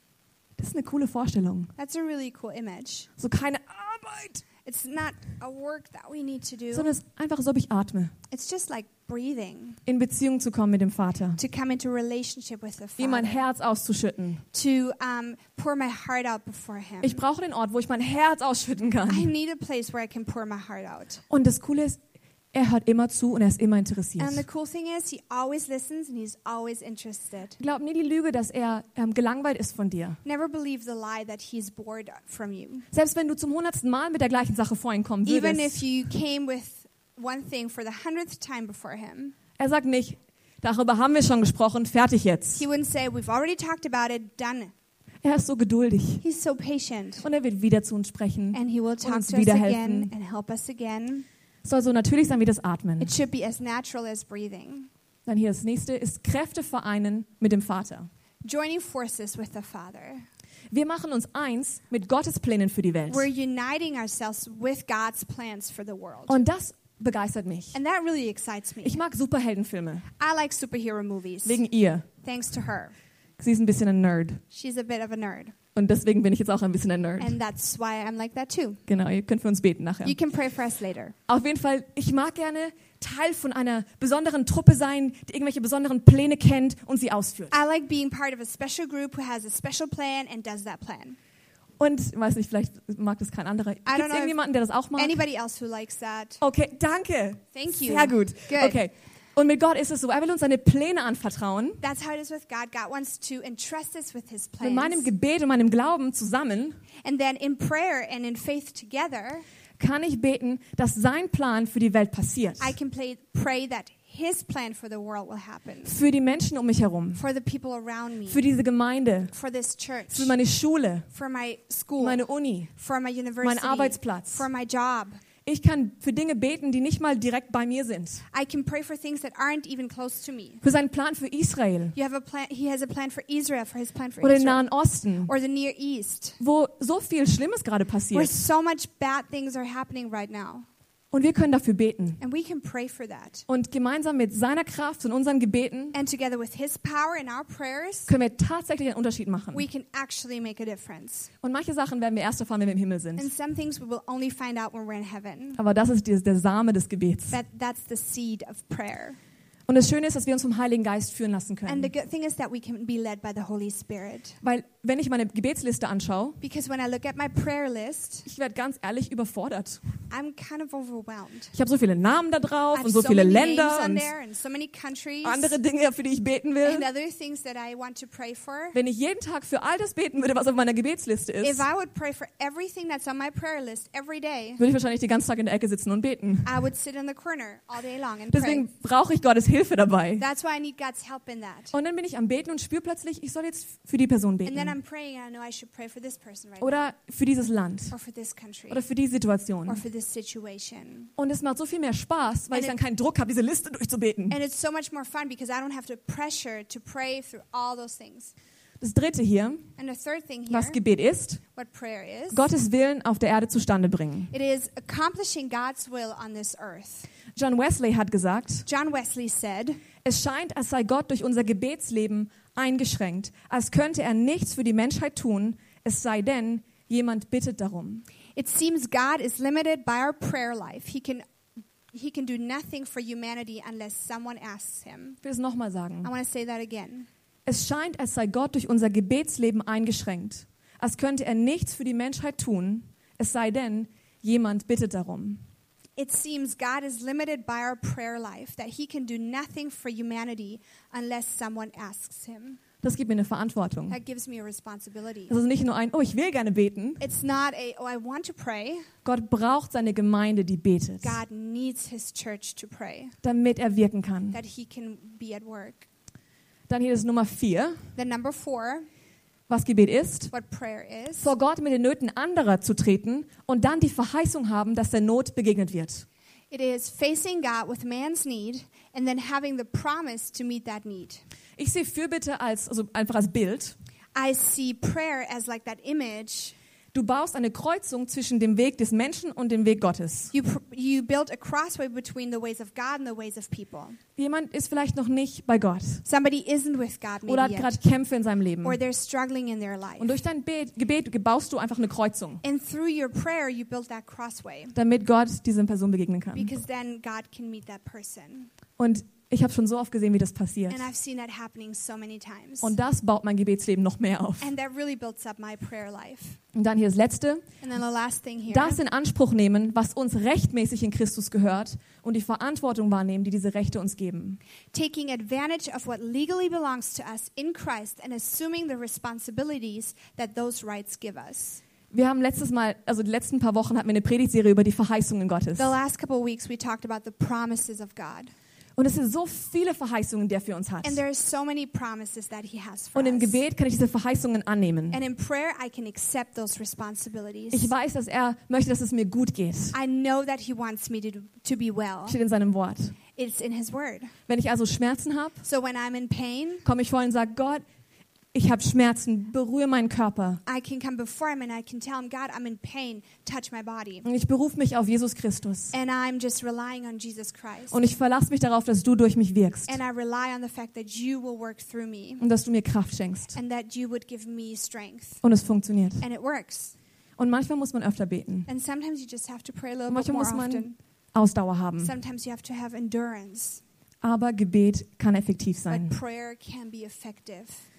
A: Das ist eine coole Vorstellung.
B: That's a really cool image.
A: So keine Arbeit,
B: It's not a work that we need to do,
A: sondern es ist einfach so, ob ich atme.
B: it's just like breathing,
A: In Beziehung zu kommen mit dem Vater.
B: to come into relationship with the
A: Ihm mein
B: Father,
A: Herz auszuschütten.
B: to um, pour my heart out before Him.
A: Ich brauche den Ort, wo ich mein Herz ausschütten
B: I
A: kann.
B: need a place where I can pour my heart out.
A: Und das Coole ist, er hört immer zu und er ist immer interessiert.
B: And the cool thing is, he always listens and he's always interested.
A: Glaub nie die Lüge, dass er ähm, gelangweilt ist von dir.
B: Never believe the lie that he's bored from you.
A: Selbst wenn du zum hundertsten Mal mit der gleichen Sache vor ihn kommen
B: Even
A: würdest.
B: if you came with one thing for the hundredth time before him,
A: Er sagt nicht, darüber haben wir schon gesprochen, fertig
B: he
A: jetzt.
B: wouldn't say, We've already talked about it, done.
A: Er ist so geduldig.
B: He's so patient.
A: Und er wird wieder zu uns sprechen.
B: And he will
A: Und
B: talk
A: uns
B: to us again
A: wiederhelfen.
B: and help us again.
A: Es soll so natürlich sein wie das Atmen.
B: It should be as natural as breathing.
A: Dann hier das nächste ist Kräfte vereinen mit dem Vater.
B: Joining forces with the Father.
A: Wir machen uns eins mit Gottes Plänen für die Welt.
B: We're uniting ourselves with God's plans for the world.
A: Und das begeistert mich.
B: And that really excites me.
A: Ich mag Superheldenfilme.
B: I like superhero movies.
A: Wegen ihr.
B: Thanks to her.
A: Sie ist ein bisschen ein Nerd.
B: She's a bit of a nerd.
A: Und deswegen bin ich jetzt auch ein bisschen ein Nerd.
B: And that's why I'm like that too.
A: Genau, ihr könnt für uns beten nachher.
B: You can pray for us later.
A: Auf jeden Fall, ich mag gerne Teil von einer besonderen Truppe sein, die irgendwelche besonderen Pläne kennt und sie ausführt.
B: I like being part of a special group who has a special plan and does that plan.
A: Und, weiß nicht, vielleicht mag das kein anderer. Gibt
B: don't know
A: es
B: if
A: irgendjemanden, der das auch mag?
B: Anybody else who likes that?
A: Okay, danke.
B: Thank you.
A: Sehr gut.
B: Good.
A: Okay. Und mit Gott ist es so, er will uns seine Pläne anvertrauen.
B: That's how it is with God. God wants to entrust us with his
A: Mit meinem
B: plans.
A: Gebet und meinem Glauben zusammen
B: And then in prayer and in faith together,
A: kann ich beten, dass sein Plan für die Welt passiert.
B: I can play, pray that His plan for the world will happen,
A: für die Menschen um mich herum,
B: for the people around me,
A: für diese Gemeinde,
B: for this church,
A: für meine Schule,
B: for my school,
A: für meine Uni.
B: for my university,
A: Arbeitsplatz.
B: for my job.
A: Ich kann für Dinge beten, die nicht mal direkt bei mir sind.
B: I can pray for things that aren't even close to me.
A: Für seinen Plan für Israel
B: You have a plan. He has a plan for Israel, for his plan for
A: oder den
B: Israel,
A: Nahen Osten,
B: or the Near East,
A: wo so viel Schlimmes gerade
B: where
A: passiert.
B: so much bad things are happening right now,
A: Und wir können dafür beten.
B: and we can pray for that.
A: Und gemeinsam mit seiner Kraft und unseren Gebeten
B: And together with His power and our prayers,
A: können wir tatsächlich einen Unterschied machen.
B: we can actually make a difference.
A: Und manche Sachen werden wir erst erfahren, wenn wir im Himmel
B: And
A: sind.
B: some things we will only find out when we're in heaven.
A: Aber das ist dieses- der Same des Gebets.
B: That that's the seed of prayer.
A: Und das Schöne ist, dass wir uns vom Heiligen Geist führen lassen
B: And the
A: können.
B: good thing is that we can be led by the Holy Spirit.
A: Weil wenn ich meine Gebetsliste anschaue,
B: Because when I look at my prayer list,
A: ich werde ganz ehrlich überfordert.
B: I'm kind of overwhelmed.
A: Ich habe so viele Namen da drauf
B: I
A: und
B: have
A: so viele
B: many names
A: Länder
B: on
A: und
B: there and so many countries
A: andere Dinge, für die ich beten
B: and uh,
A: will.
B: other things that I want to pray for.
A: Wenn ich jeden Tag für all das beten würde, was auf meiner Gebetsliste
B: If
A: ist,
B: I would pray for everything that's on my prayer list every day,
A: würde ich wahrscheinlich den ganzen Tag in der Ecke sitzen und beten.
B: I would sit in the corner all day long and pray.
A: Deswegen brauche ich Gottes Hilfe dabei.
B: That's why I need God's help in that.
A: Und dann bin ich am Beten und spüre plötzlich, ich soll jetzt für die Person
B: And then I'm
A: beten.
B: praying, and I know I should pray for this person right
A: Oder für dieses Land.
B: now, or for this country,
A: Oder für die
B: or
A: Situation.
B: for this situation.
A: Und es macht so viel mehr Spaß, weil
B: And
A: ich dann
B: it-
A: keinen Druck habe, diese Liste durchzubeten.
B: And it's so much more fun because I don't have to pressure to pray through all those things.
A: Das dritte hier,
B: And the third thing here,
A: was Gebet ist,
B: what prayer is,
A: Gottes Willen auf der Erde zustande bringen.
B: it is accomplishing God's will on this earth.
A: John Wesley hat gesagt,
B: John Wesley said,
A: es scheint, als sei Gott durch unser Gebetsleben eingeschränkt, als könnte er nichts für die Menschheit tun, es sei denn, jemand bittet darum.
B: It seems God is limited by our prayer life. He can, he can do nothing for humanity unless someone asks him.
A: Ich will es nochmal
B: I
A: sagen.
B: want to say that again.
A: Es scheint, als sei Gott durch unser Gebetsleben eingeschränkt, als könnte er nichts für die Menschheit tun, es sei denn, jemand bittet darum.
B: It seems God is limited by our prayer life, that He can do nothing for humanity unless someone asks Him.
A: Das gibt mir eine Verantwortung.
B: That gives me a responsibility.
A: Das ist nicht nur ein, oh, ich will gerne beten.
B: It's not a, oh, I want to pray.
A: Gott braucht seine Gemeinde, die betet,
B: God needs His church to pray,
A: damit er wirken kann.
B: that He can be at work.
A: Dann hier ist Nummer vier,
B: Then, number four,
A: was Gebet ist.
B: what prayer is
A: Vor Gott mit den Nöten anderer zu treten und dann die Verheißung haben, dass der Not begegnet wird.
B: it is facing God with man's need and then having the promise to meet that need.
A: Ich sehe Fürbitte als, also einfach als Bild.
B: I see prayer as like that image.
A: Du baust eine Kreuzung zwischen dem Weg des Menschen und dem Weg Gottes.
B: You, pr- you build a crossway between the ways of God and the ways of people.
A: Jemand ist vielleicht noch nicht bei Gott
B: Somebody isn't with God maybe
A: oder hat
B: yet,
A: gerade Kämpfe in seinem Leben.
B: or
A: Und
B: they're struggling in their life.
A: durch dein Be Gebet baust du einfach eine Kreuzung,
B: And through your prayer, you build that crossway
A: damit Gott dieser Person begegnen kann.
B: because then God can meet that person.
A: Und ich habe schon so oft gesehen, wie das passiert.
B: And I've seen that happening so many times.
A: Und das baut mein Gebetsleben noch mehr auf.
B: And that really builds up my prayer life.
A: Und dann hier das Letzte.
B: And then the last thing here
A: das in Anspruch nehmen, was uns rechtmäßig in Christus gehört und die Verantwortung wahrnehmen, die diese Rechte uns geben.
B: taking advantage of what legally belongs to us in Christ and assuming the responsibilities that those rights give us.
A: Wir haben letztes Mal, also die letzten paar Wochen hatten wir eine Predigtserie über die Verheißungen Gottes.
B: The last couple of weeks, we talked about the promises of God.
A: Und es sind so viele Verheißungen, die er für uns hat.
B: And there are so many promises that He has for
A: Und im
B: us.
A: Gebet kann ich diese Verheißungen annehmen.
B: And in prayer, I can accept those responsibilities.
A: Ich weiß, dass er möchte, dass es mir gut geht.
B: I know that He wants me to, to be well.
A: Steht in seinem Wort.
B: It's in His Word.
A: Wenn ich also Schmerzen habe,
B: So when I'm in pain,
A: komme ich vor und sage, Gott, ich habe Schmerzen, berühre meinen Körper.
B: I can come before Him and I can tell Him, God, I'm in pain, touch my body.
A: Und ich berufe mich auf Jesus Christus.
B: And I'm just relying on Jesus Christ.
A: Und ich verlasse mich darauf, dass du durch mich wirkst
B: And I rely on the fact that you will work through me
A: und dass du mir Kraft schenkst.
B: and that you would give me strength.
A: Und es funktioniert.
B: And it works.
A: Und manchmal muss man öfter beten.
B: And sometimes you just have to pray a little bit
A: Manchmal
B: more
A: muss man Mm-hmm.
B: often.
A: Ausdauer haben.
B: Sometimes you have to have endurance.
A: Aber Gebet kann effektiv
B: But
A: sein.
B: prayer can be effective.
A: Mm-hmm.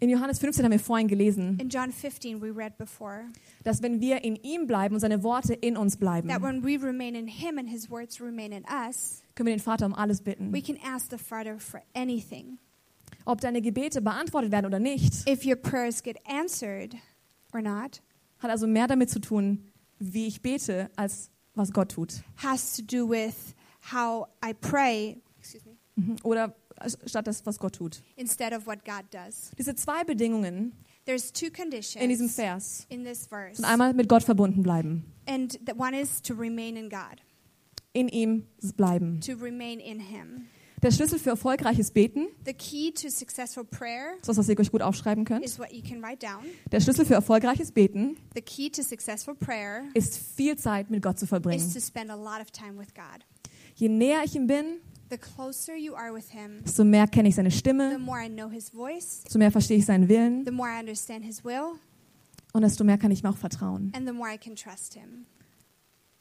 A: In Johannes 15 haben wir vorhin gelesen,
B: In John 15, we read before
A: dass wenn wir in ihm bleiben und seine Worte in uns bleiben,
B: that
A: können
B: when we remain in Him and His words remain in us,
A: wir den Vater um alles bitten.
B: we can ask the Father for anything.
A: Ob deine Gebete beantwortet werden oder nicht,
B: If your prayers get answered or not,
A: hat also mehr damit zu tun, wie ich bete, als was Gott tut.
B: has to do with how I pray. Excuse me.
A: oder statt das, was Gott tut.
B: instead of what God does.
A: Diese zwei Bedingungen
B: There's two
A: in diesem
B: conditions
A: Vers
B: in this verse.
A: sind einmal mit Gott verbunden bleiben,
B: And that one is to remain in God,
A: in ihm bleiben.
B: to remain in Him.
A: Der Schlüssel für erfolgreiches Beten,
B: The key to successful prayer
A: das ist, was ihr euch gut aufschreiben könnt,
B: is what you can write down.
A: der Schlüssel für erfolgreiches Beten
B: The key to successful prayer
A: ist viel Zeit mit Gott zu
B: is
A: verbringen.
B: to spend a lot of time with God.
A: Je näher ich ihm bin,
B: The closer you are with Him,
A: desto mehr kenne ich seine
B: the
A: Stimme,
B: more I know His voice,
A: desto mehr verstehe ich seinen Willen
B: the more I understand His will,
A: und desto mehr kann ich mir auch vertrauen.
B: and the more I can trust Him.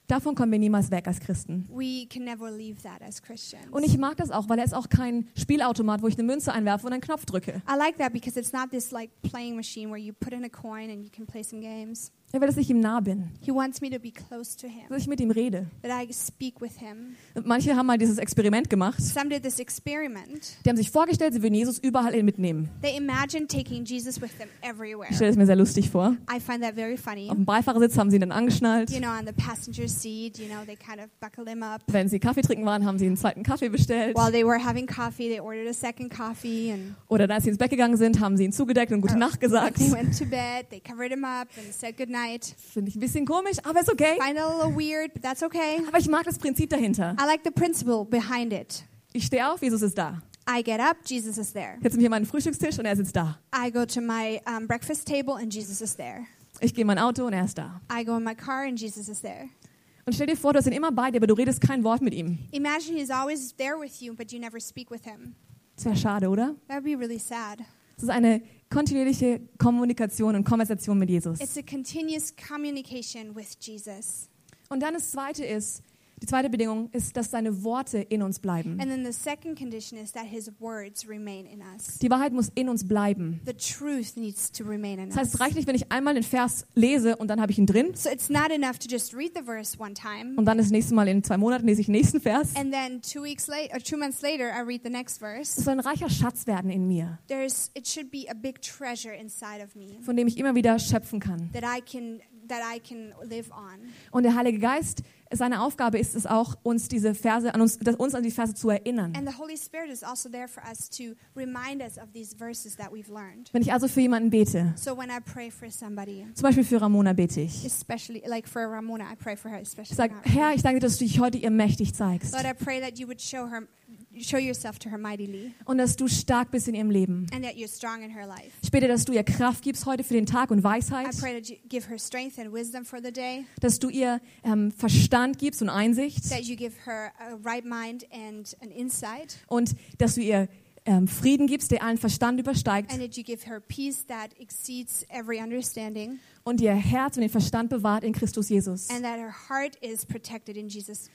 A: Davon kommen wir niemals weg als Christen.
B: We can never leave that as Christians.
A: Und ich mag das auch, weil er ist auch kein Spielautomat, wo ich eine Münze einwerfe und einen Knopf drücke.
B: I like that because it's not this like playing machine where you put in a coin and you can play some games.
A: Er will, dass ich ihm nah bin,
B: He wants me to be close to Him,
A: dass ich mit ihm rede.
B: that I speak with Him.
A: Manche haben mal dieses Experiment gemacht.
B: Some did this experiment.
A: Die haben sich vorgestellt, sie würden Jesus überall hin mitnehmen.
B: They imagined taking Jesus with them everywhere.
A: Ich stelle es mir sehr lustig vor.
B: I find that very funny.
A: Auf dem Beifahrersitz haben sie ihn dann angeschnallt.
B: You know, on the passenger seat, you know, they kind of buckle him up.
A: Wenn sie Kaffee trinken waren, haben sie einen zweiten Kaffee bestellt.
B: While they were having coffee, they ordered a second coffee and
A: Oder als sie ins Bett gegangen sind, haben sie ihn zugedeckt und gute
B: Oh.
A: Nacht gesagt.
B: they went to bed. They covered him up and said goodnight.
A: Finde ich ein bisschen komisch, aber ist okay.
B: Find it a little weird, but that's okay.
A: Aber ich mag das Prinzip dahinter.
B: I like the principle behind it.
A: Ich stehe auf, Jesus ist da.
B: I get up, Jesus is there.
A: Ich setze mich an meinen Frühstückstisch und er sitzt da.
B: I go to my um, breakfast table and Jesus is there.
A: Ich gehe in mein Auto und er ist da.
B: I go in my car and Jesus is there.
A: Und stell dir vor, du hast ihn immer bei dir, aber du redest kein Wort mit ihm.
B: Imagine he's always there with you, but you never speak with him.
A: Das wäre schade, oder?
B: That would be really sad.
A: Es ist eine kontinuierliche Kommunikation und Konversation mit Jesus.
B: It's a continuous communication with Jesus.
A: Und dann das zweite ist, die zweite Bedingung ist, dass seine Worte in uns bleiben.
B: And then the second condition is that his words remain in us.
A: Die Wahrheit muss in uns bleiben.
B: The truth needs to remain in
A: Das heißt,
B: us.
A: es reicht nicht, wenn ich einmal den Vers lese und dann habe ich ihn drin.
B: So it's not enough to just read the verse one time
A: Und dann das nächste Mal in zwei Monaten lese ich den nächsten Vers.
B: and then two weeks later or two months later I read the next
A: Es
B: verse.
A: soll ein reicher Schatz werden in mir,
B: There's it should be a big treasure inside of me
A: von dem ich immer wieder schöpfen kann.
B: that I can that I can live on.
A: Und der Heilige Geist, seine Aufgabe ist es auch, uns diese Verse an uns, dass uns an die Verse zu erinnern.
B: And the Holy Spirit is also there for us to remind us of these verses that we've learned.
A: Wenn ich also für jemanden bete,
B: So when I pray for somebody,
A: zum Beispiel für Ramona bete ich.
B: especially like for Ramona, I pray for her
A: Ich
B: especially.
A: sage,
B: not
A: Herr,
B: really.
A: ich danke dir, dass du dich heute ihr mächtig zeigst
B: Lord, I pray that you would show her, show yourself to her mightily,
A: und dass du stark bist in ihrem Leben.
B: and that you're strong in her life.
A: Ich bete, dass du ihr Kraft gibst heute für den Tag und
B: I
A: Weisheit,
B: pray that you give her strength and wisdom for the day,
A: dass du ihr ähm, Verstand gibst und Einsicht
B: that you give her a right mind and an insight,
A: und dass du ihr ähm, Frieden gibst, der allen Verstand übersteigt
B: and that you give her peace that exceeds every understanding,
A: und ihr Herz und den Verstand bewahrt in Christus Jesus.
B: and that her heart is protected in Jesus.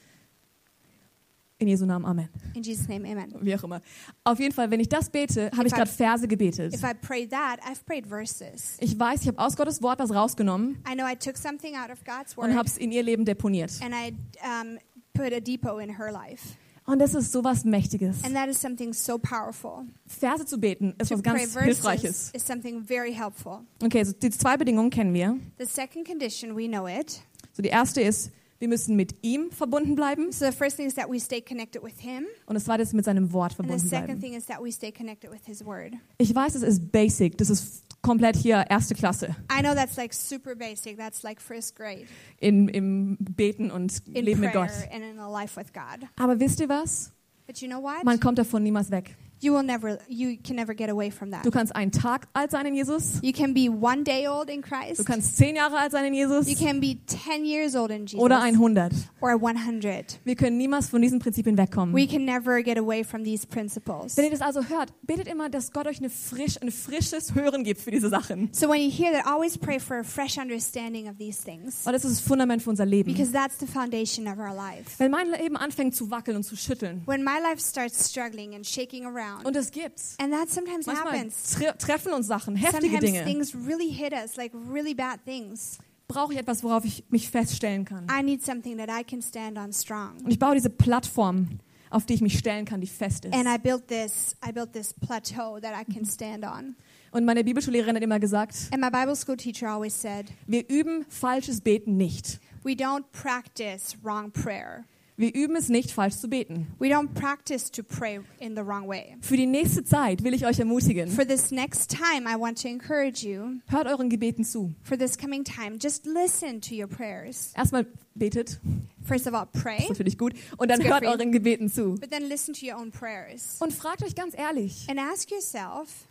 A: In Jesu Namen, Amen.
B: In Jesus' name, Amen.
A: Wie auch immer. Auf jeden Fall, wenn ich das bete, habe ich
B: If I-
A: gerade Verse gebetet.
B: If I pray that, I've prayed verses.
A: Ich weiß, ich habe aus Gottes Wort was rausgenommen
B: I know I took something out of God's
A: und habe
B: word
A: es in ihr Leben deponiert.
B: and I um, put a depot in her life.
A: Und das ist sowas Mächtiges.
B: And that is something so powerful.
A: Verse zu beten ist
B: To
A: was
B: pray
A: ganz
B: verses
A: Hilfreiches.
B: is something very helpful.
A: Okay, so die zwei Bedingungen kennen wir.
B: The second condition, we know it.
A: So die erste ist, wir müssen mit ihm verbunden bleiben.
B: So the first thing is that we stay connected with Him.
A: Und das zweite ist mit seinem Wort
B: And the
A: verbunden
B: second
A: bleiben.
B: thing is that we stay connected with His Word.
A: Ich weiß, es ist basic. Das ist komplett hier erste Klasse
B: I know that's like super basic. That's like first grade
A: in, im Beten und
B: in
A: Leben mit Gott.
B: prayer and in a life with God.
A: Aber wisst ihr was?
B: But you know what?
A: Man kommt davon niemals weg.
B: You will never, you can never get away from that.
A: Du kannst einen Tag alt sein in Jesus.
B: You can be one day old in Christ.
A: Du kannst zehn Jahre alt sein in Jesus.
B: You can be 10 years old in Jesus
A: Oder 100.
B: or 100.
A: Wir können niemals von diesen Prinzipien wegkommen.
B: We can never get away from these principles.
A: Wenn ihr das also hört, betet immer, dass Gott euch eine frisch, ein frisches Hören gibt für diese Sachen.
B: So when you hear that, always pray for a fresh understanding of these things
A: Und das ist das Fundament für unser Leben.
B: because that's the foundation of our life.
A: Wenn mein Leben anfängt zu wackeln und zu schütteln,
B: When my life starts struggling and shaking around,
A: und das gibt's,
B: and that sometimes
A: manchmal
B: happens,
A: tre treffen uns Sachen, heftige
B: sometimes
A: Dinge,
B: things really hit us, like really bad things.
A: brauche ich etwas, worauf ich mich feststellen kann.
B: I need something that I can stand on
A: Und
B: strong.
A: ich baue diese Plattform, auf die ich mich stellen kann, die fest ist.
B: And I built this, I built this plateau that I can stand on.
A: Und meine Bibelschullehrerin hat immer gesagt,
B: And my Bible school teacher always said,
A: wir üben falsches Beten nicht.
B: We don't practice wrong prayer.
A: Wir üben es nicht, falsch zu beten.
B: We don't practice to pray in the wrong way.
A: Für die nächste Zeit will ich euch ermutigen,
B: For this next time, I want to encourage you.
A: hört euren Gebeten zu.
B: For this coming time, just listen to your prayers.
A: Erstmal betet,
B: First of all,
A: das
B: pray,
A: ist natürlich gut, und dann
B: It's good
A: hört
B: for you.
A: euren Gebeten zu.
B: but then listen to your own prayers.
A: Und fragt euch ganz ehrlich,
B: And ask yourself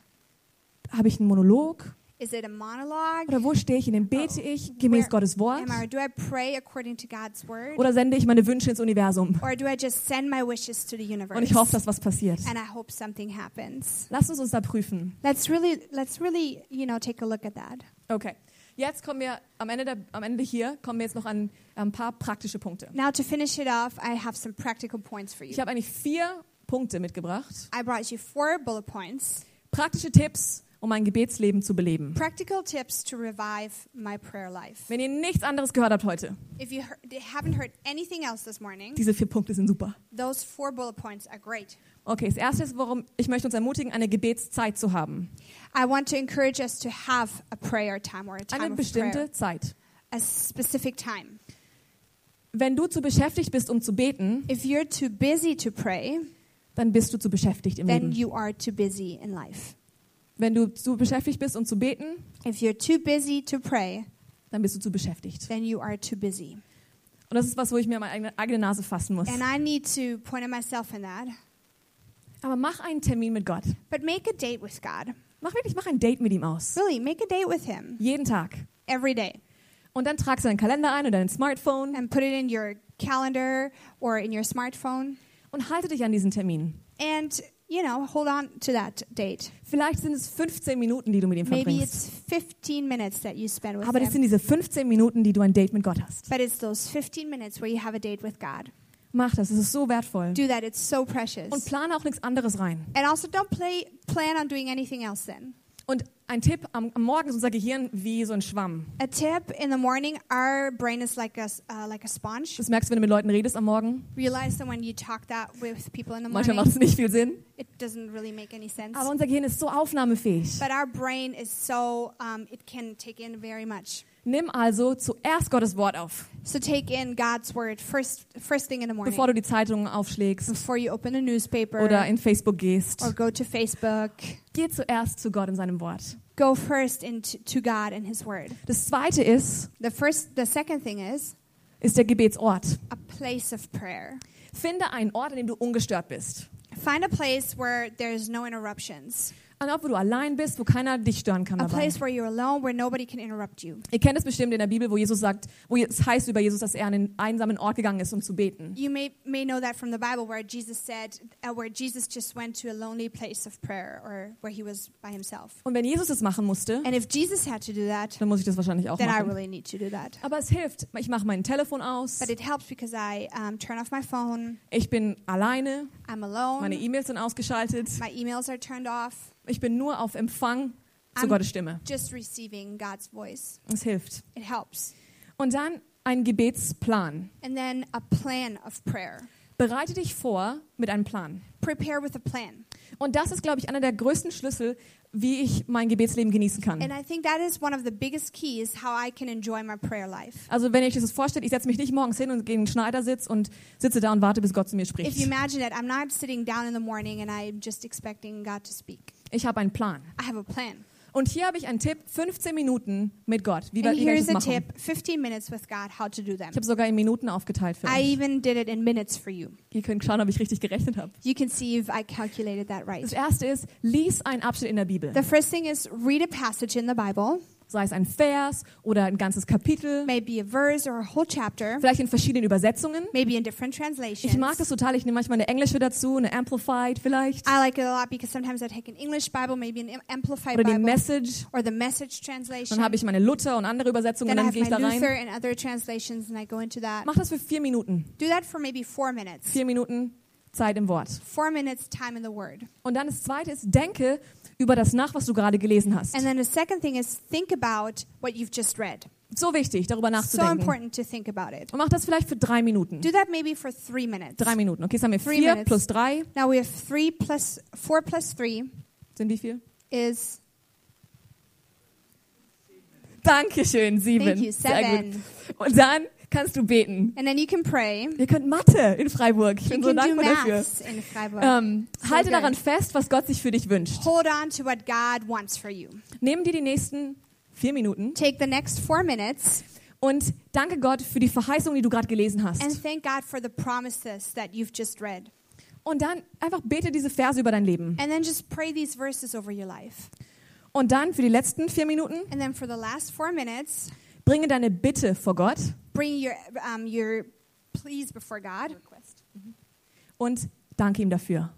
A: habe ich einen Monolog?
B: is it a monologue?
A: Oder wo stehe ich, in dem bete ich gemäß
B: Oh. Where
A: Gottes Wort?
B: Am I, do I pray according to God's word?
A: Oder sende ich meine Wünsche ins Universum?
B: Or do I just send my wishes to the universe?
A: Und ich hoffe, dass was passiert.
B: and I hope something happens.
A: Lasst uns uns da prüfen.
B: Let's really, let's really, you know, take a look at that.
A: Okay. Jetzt kommen wir am Ende, der, am Ende hier kommen wir jetzt noch an ein paar praktische Punkte.
B: Now, to finish it off, I have some practical points for you.
A: Ich habe eigentlich vier Punkte mitgebracht.
B: I brought you four bullet points,
A: Praktische Tipps, um mein Gebetsleben zu beleben.
B: practical tips to revive my prayer life.
A: Wenn ihr nichts anderes gehört habt heute,
B: If you heard, haven't heard anything else this morning,
A: diese vier Punkte sind super.
B: those four bullet points are great.
A: Okay, das erste ist, warum ich möchte uns ermutigen, eine Gebetszeit zu haben.
B: I want to encourage us to have a prayer time or a time
A: Eine
B: of prayer,
A: bestimmte Zeit.
B: a specific time.
A: Wenn du zu beschäftigt bist, um zu beten,
B: If you're too busy to pray,
A: dann bist du zu beschäftigt im
B: then
A: Leben.
B: you are too busy in life.
A: Wenn du zu beschäftigt bist, um zu beten,
B: If you're too busy to pray,
A: dann bist du zu beschäftigt.
B: then you are too busy.
A: Und das ist was, wo ich mir an meine eigene- eigene Nase fassen muss.
B: And I need to point at myself in that.
A: Aber mach einen Termin mit Gott.
B: But make a date with God.
A: Mach wirklich, mach ein Date mit ihm aus.
B: Really, make a date with Him
A: Jeden Tag.
B: every day
A: Und dann tragst du deinen Kalender ein oder dein Smartphone
B: and put it in your calendar or in your smartphone.
A: und halte dich an diesen Termin.
B: And, you know, hold on to that date.
A: Vielleicht sind es 15 Minuten, die du mit ihm
B: Maybe
A: verbringst.
B: it's 15 minutes that you spend with
A: Aber das
B: Him.
A: sind diese 15 Minuten, die du ein Date mit Gott hast.
B: But it's those 15 minutes where you have a date with God.
A: Mach das, es ist so wertvoll.
B: Do that, it's so
A: Und
B: precious.
A: plane auch nichts anderes rein.
B: And also don't play, plan on doing anything else then.
A: Und ein Tipp, am, am Morgen ist unser Gehirn wie so ein Schwamm.
B: A tip in the morning, our brain is like a, s- uh, like a sponge.
A: Das merkst du, wenn du mit Leuten redest am Morgen.
B: Realize that when you talk that with people in the
A: Manchmal
B: morning,
A: macht es nicht viel Sinn.
B: it doesn't really make any sense.
A: Aber unser Gehirn ist so aufnahmefähig.
B: But our brain is so, um, it can take in very much.
A: Nimm also zuerst Gottes Wort auf,
B: So take in God's word first, first thing in the morning
A: bevor du die Zeitungen aufschlägst
B: before you open a newspaper
A: oder in Facebook
B: or
A: gehst.
B: go to Facebook.
A: Geh zuerst zu Gott in seinem Wort.
B: Go first into to God and His word.
A: Das zweite ist,
B: The first, the second thing is
A: ist der Gebetsort.
B: a place of prayer.
A: Finde einen Ort, an dem du ungestört bist.
B: Find a place where there's no interruptions.
A: Ein Ort, wo du allein bist, wo keiner dich stören kann
B: A
A: dabei.
B: place where you're alone, where nobody can interrupt you.
A: Ihr kennt es bestimmt in der Bibel, wo Jesus sagt, wo es heißt über Jesus, dass er an einen einsamen Ort gegangen ist, um zu beten.
B: You may may know that from the Bible, where Jesus said, uh, where Jesus just went to a lonely place of prayer, or where he was by himself.
A: Und wenn Jesus das machen musste,
B: And if Jesus had to do that,
A: dann muss ich das wahrscheinlich auch
B: then I
A: machen.
B: really need to do that.
A: Aber es hilft. Ich mache mein Telefon aus.
B: But it helps because I um, turn off my phone,
A: Ich bin alleine.
B: I'm
A: Meine
B: alone,
A: E-Mails sind ausgeschaltet.
B: my emails are turned off,
A: Ich bin nur auf Empfang zu
B: Am-
A: Gottes Stimme.
B: just receiving God's voice.
A: Es hilft.
B: It helps.
A: Und dann ein Gebetsplan.
B: And then a plan of prayer.
A: Bereite dich vor mit einem Plan.
B: Prepare with a plan.
A: Und das ist, glaube ich, einer der größten Schlüssel, wie ich mein Gebetsleben genießen
B: And
A: kann.
B: I think that is one of the biggest keys how I can enjoy my prayer life.
A: Also wenn ich das vorstelle, ich setze mich nicht morgens hin und gehe in den Schneidersitz und sitze da und warte, bis Gott zu mir
B: If you
A: spricht.
B: imagine it, I'm not sitting down in the morning and I'm just expecting God to speak.
A: Ich habe einen Plan.
B: I have a plan.
A: Und hier habe ich einen Tipp, 15 Minuten mit Gott. Wie, wir-
B: And
A: wie kann ich
B: here's
A: das
B: a
A: machen?
B: tip 15 minutes with God, how to do them.
A: Ich habe sogar in Minuten aufgeteilt für
B: I
A: euch.
B: even did it in minutes for you.
A: Ihr könnt schauen, ob ich richtig gerechnet habe.
B: You can see if I calculated that right.
A: Das erste ist, lies einen Abschnitt in der Bibel.
B: The first thing is read a passage in the Bible,
A: Sei es ein Vers oder ein ganzes Kapitel,
B: maybe a verse or a whole chapter,
A: vielleicht in verschiedenen Übersetzungen.
B: maybe in different
A: Ich
B: translations.
A: mag das total. Ich nehme manchmal eine englische dazu, eine Amplified vielleicht.
B: I like it a lot because sometimes I take an English Bible, maybe an am- amplified
A: Oder die
B: Bible,
A: Message.
B: or the message
A: Dann
B: translation.
A: habe ich meine Luther und andere Übersetzungen und
B: Then
A: dann
B: I have
A: gehe ich da
B: my Luther
A: rein.
B: and other translations, and I go into that.
A: Mach das für vier Minuten.
B: Do that for maybe four minutes.
A: Vier Minuten Zeit im Wort.
B: Four minutes time in the Word.
A: Und dann das zweite ist, denke über das nach, was du gerade gelesen hast.
B: And then the second thing is think about what you've just read.
A: So wichtig, darüber
B: So
A: nachzudenken.
B: important to think about it.
A: Und mach das vielleicht für drei Minuten.
B: Do that maybe for three minutes.
A: Drei Minuten. Okay, jetzt haben wir
B: Three
A: vier
B: minutes.
A: plus drei.
B: Now we have three plus four plus three
A: Sind wie viel?
B: is
A: Dankeschön, sieben.
B: thank you
A: Sehr gut.
B: seven.
A: Und dann kannst du beten.
B: And then you can pray.
A: Ihr könnt Mathe in Freiburg. Ich
B: You
A: bin so
B: can do
A: dankbar dafür.
B: maths in Freiburg.
A: Ähm,
B: So
A: halte
B: good.
A: daran fest, was Gott sich für dich wünscht.
B: Hold on to what God wants for you.
A: Nimm dir die nächsten vier Minuten
B: Take the next four minutes
A: und danke Gott für die Verheißung, die du gerade gelesen
B: and
A: hast.
B: thank God for the promises that you've just read.
A: Und dann einfach bete diese Verse über dein Leben.
B: And then just pray these verses over your life.
A: Und dann für die letzten vier Minuten
B: And then for the last four minutes,
A: bringe deine Bitte vor Gott
B: bring your, um, your pleas before God
A: und danke ihm dafür.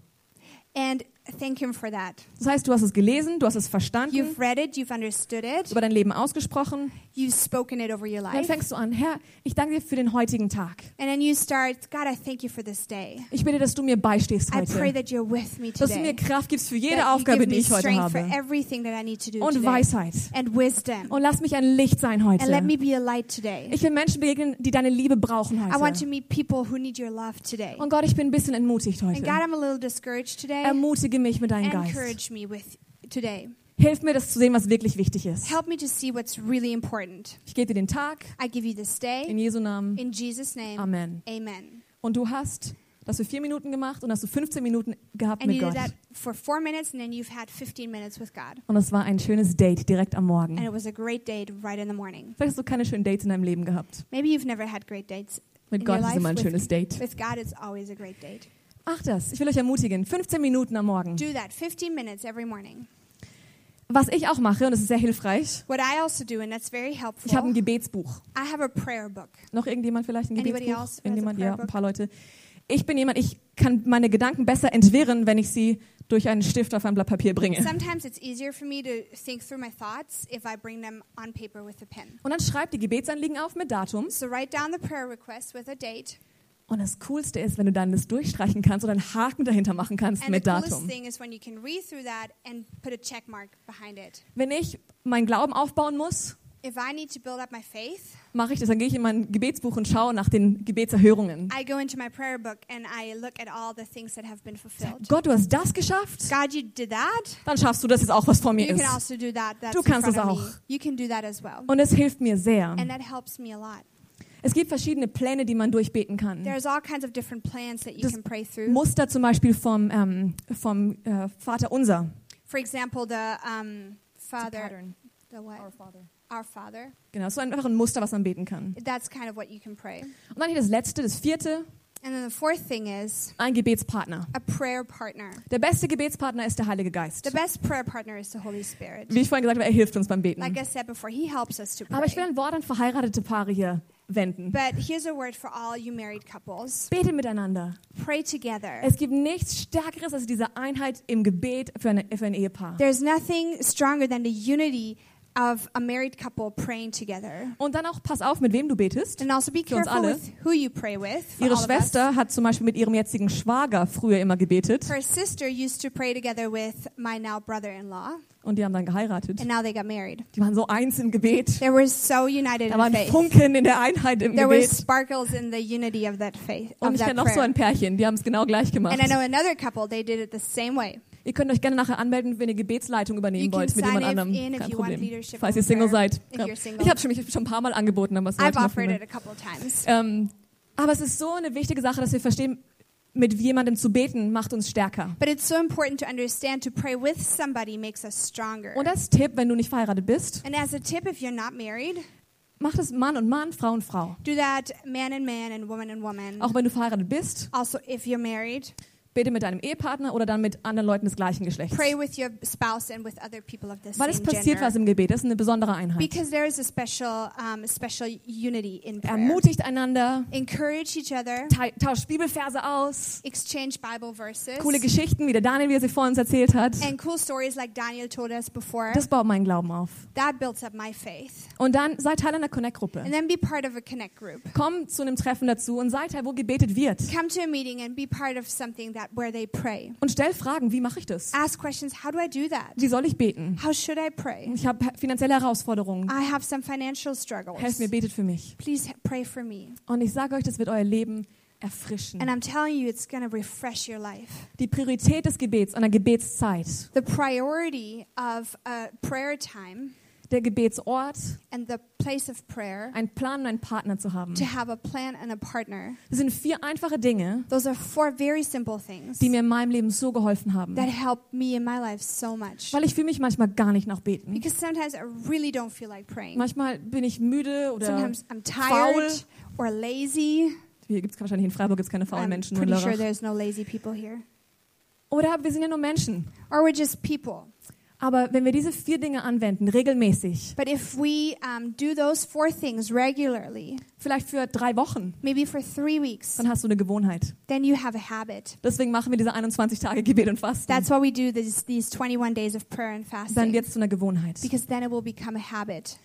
B: and thank Him for that.
A: Das heißt, du hast es gelesen, du hast es verstanden,
B: You've read it, you've understood it,
A: über dein Leben ausgesprochen.
B: you've spoken it over your
A: Und dann
B: life.
A: fängst du an, Herr, ich danke dir für den heutigen Tag.
B: And then you start, God, I thank you for this day.
A: Ich bitte, dass du mir beistehst
B: I pray
A: heute.
B: that you're with me
A: Dass du mir
B: today.
A: Kraft gibst für jede
B: that you
A: Aufgabe,
B: give
A: die
B: me
A: ich heute
B: strength
A: habe.
B: for everything that I need to do
A: Und
B: today.
A: Weisheit.
B: And wisdom.
A: Und lass mich ein Licht sein heute.
B: And let me be a light today.
A: Ich will Menschen begegnen, die deine Liebe brauchen
B: I want to
A: heute.
B: meet people who need your love today.
A: Und Gott, ich bin ein bisschen entmutigt
B: And God,
A: heute.
B: I'm a little discouraged today.
A: Ermutige mich mit deinem Geist.
B: Encourage me with today.
A: Hilf mir, das zu sehen, was wirklich wichtig ist.
B: Help me to see what's really important.
A: Ich gebe dir den Tag.
B: I give you this
A: In
B: day.
A: Jesu Namen.
B: In Jesus' name.
A: Amen.
B: Amen.
A: Und du hast, das für vier Minuten gemacht und hast du 15 Minuten gehabt
B: And
A: mit
B: you did
A: Gott.
B: that for four minutes, and then you've had 15 minutes with God.
A: Und es war ein schönes Date direkt am
B: And
A: Morgen.
B: it was a great date right in the morning.
A: Vielleicht hast du keine schönen Dates in deinem Leben gehabt.
B: Maybe you've never had great dates.
A: Mit
B: In
A: Gott
B: your
A: ist
B: life
A: immer ein
B: with-
A: schönes Date.
B: With God, it's always a great date.
A: Ach das, ich will euch ermutigen. 15 Minuten am Morgen.
B: Do that 15 minutes every morning.
A: Was ich auch mache, und es ist sehr hilfreich,
B: What I also do, and that's very
A: ich habe ein
B: helpful,
A: Gebetsbuch.
B: I have a prayer book.
A: Noch irgendjemand vielleicht ein
B: Anybody
A: Gebetsbuch?
B: else who has a
A: Irgendjemand? Ja,
B: prayer
A: ein
B: book?
A: paar Leute. Ich bin jemand, ich kann meine Gedanken besser entwirren, wenn ich sie durch einen Stift auf ein Blatt Papier bringe.
B: Sometimes it's easier for me to think through my thoughts if I bring them on paper with a pen.
A: Und dann schreib die Gebetsanliegen auf mit Datum.
B: So write down the prayer request with a date.
A: Und das Coolste ist, wenn du dann das durchstreichen kannst oder einen Haken dahinter machen kannst
B: And the
A: mit
B: coolest
A: Datum.
B: thing is when you can read through that and put a check mark behind it.
A: Wenn ich meinen Glauben aufbauen muss,
B: If I need to build up my faith,
A: mache ich das. Dann gehe ich in mein Gebetsbuch und schaue nach den Gebetserhörungen.
B: I go into my prayer book and I look at all the things that have been fulfilled.
A: Gott, du hast das geschafft.
B: God, you did that.
A: Dann schaffst du das jetzt auch, was vor mir
B: You can
A: ist.
B: also do that. That's
A: Du
B: in
A: kannst
B: front
A: es
B: of
A: auch.
B: me. You can do that as well.
A: Und es hilft mir sehr.
B: And that helps me a lot.
A: Es gibt verschiedene Pläne, die man durchbeten kann.
B: There's all kinds of different plans that you
A: Das
B: can pray through.
A: Muster zum Beispiel vom, ähm, vom äh, Vater Unser.
B: For example, the um, Father, the what? Our Father.
A: Genau, so einfach ein Muster, was man beten kann.
B: That's kind of what you can pray.
A: Und dann hier das letzte, das vierte,
B: And then the fourth thing is
A: ein Gebetspartner.
B: a prayer partner.
A: Der beste Gebetspartner ist der Heilige
B: The
A: Geist.
B: best prayer partner is the Holy Spirit.
A: Wie ich vorhin gesagt habe, er hilft uns beim Beten.
B: Like I said before, he helps us to
A: Aber ich will
B: pray.
A: ein Wort an verheiratete Paare hier wenden.
B: But here's a word for all you married couples.
A: Betet miteinander.
B: Pray together.
A: Es gibt nichts Stärkeres als diese Einheit im Gebet für, eine, für ein Ehepaar.
B: There's nothing stronger than the unity of a married couple praying together.
A: Und dann auch, pass auf, mit wem du betest.
B: And also be
A: Für uns
B: careful
A: alle.
B: with who you pray with. for
A: Ihre
B: all of us.
A: Schwester hat zum Beispiel mit ihrem jetzigen Schwager früher immer gebetet.
B: Her sister used to pray together with my now brother-in-law,
A: Und die haben dann geheiratet.
B: and now they got married.
A: Die waren so eins im Gebet.
B: They were so united
A: Da
B: in
A: waren
B: faith.
A: Funken in der Einheit im
B: There were
A: Gebet.
B: sparkles in the unity of that faith,
A: Und
B: of
A: ich
B: that
A: kenne noch so
B: prayer.
A: ein Pärchen, die haben es genau gleich gemacht.
B: And I know another couple, they did it the same way.
A: Ihr könnt euch gerne nachher anmelden, wenn ihr Gebetsleitung
B: You
A: übernehmen
B: can
A: wollt mit
B: sign
A: jemand
B: if-
A: anderem.
B: in if
A: Kein
B: you want
A: Problem.
B: leadership
A: Falls
B: over
A: ihr Single
B: prayer,
A: seid.
B: if
A: Ja.
B: you're
A: Ich
B: single.
A: habe es schon, ich hab schon ein paar Mal angeboten, aber es
B: I've
A: sollte noch
B: offered
A: jemand-
B: it a couple times.
A: Ähm, aber es ist so eine wichtige Sache, dass wir verstehen, mit jemandem zu beten macht uns stärker.
B: But it's so important to understand to pray with somebody makes us stronger.
A: Und als Tipp, wenn du nicht verheiratet bist,
B: And as a tip, if you're not married,
A: mach das Mann und Mann, Frau und Frau.
B: do that man and man and woman and woman.
A: Auch wenn du verheiratet bist,
B: Also, if you're married,
A: bete mit deinem Ehepartner oder dann mit anderen Leuten des gleichen Geschlechts.
B: pray with your spouse and with other people of the
A: Weil es
B: same
A: passiert
B: gender.
A: was im Gebet, das ist eine besondere Einheit.
B: Because there is a special, um, special unity in prayer.
A: Ermutigt einander,
B: Encourage each other.
A: tei- tauscht Bibelverse aus,
B: Exchange Bible verses.
A: coole Geschichten, wie der Daniel, wie er sie vor uns erzählt hat.
B: and cool stories like Daniel told us before.
A: Das baut meinen Glauben auf.
B: that builds up my faith.
A: Und dann sei Teil einer Connect-Gruppe.
B: And then be part of a connect group.
A: Komm zu einem Treffen dazu und sei Teil, wo gebetet wird.
B: Come to a meeting and be part of something that where they pray.
A: Und stell Fragen, wie mache ich das?
B: Ask questions. How do I do that?
A: Wie soll ich beten?
B: How should I pray?
A: Ich habe finanzielle Herausforderungen.
B: I have some financial
A: Helft
B: struggles.
A: mir, betet für mich.
B: Please h- pray for me.
A: Und ich sage euch, das wird euer Leben erfrischen.
B: And I'm telling you, it's going to refresh your life.
A: Die Priorität des Gebets, einer Gebetszeit,
B: The priority of a prayer time
A: der Gebetsort,
B: and the place of prayer,
A: einen Plan und einen Partner zu haben.
B: to have a plan and a partner.
A: Das sind vier einfache Dinge,
B: Those are four very simple things
A: die mir in meinem Leben so geholfen haben.
B: that help me in my life so much.
A: Weil ich fühle mich manchmal gar nicht nach Beten.
B: Because sometimes I really don't feel like praying.
A: Manchmal bin ich müde oder
B: Sometimes I'm
A: faul.
B: tired or lazy.
A: hier gibt's wahrscheinlich in Freiburg gibt's keine faulen
B: I'm
A: Menschen. Nur in
B: pretty sure
A: Lörrach.
B: there's no lazy people here.
A: Oder wir sind ja nur Menschen.
B: Or we're just people.
A: Aber wenn wir diese vier Dinge anwenden, regelmäßig,
B: But if we um, do those four things regularly,
A: vielleicht für drei Wochen,
B: maybe for three weeks,
A: dann hast du eine Gewohnheit.
B: then you have a habit.
A: Deswegen machen wir diese 21 Tage Gebet und Fasten.
B: That's why we do this, these 21 days of prayer and
A: Dann
B: fasting.
A: wird's zu einer Gewohnheit.
B: Because then it will become a habit.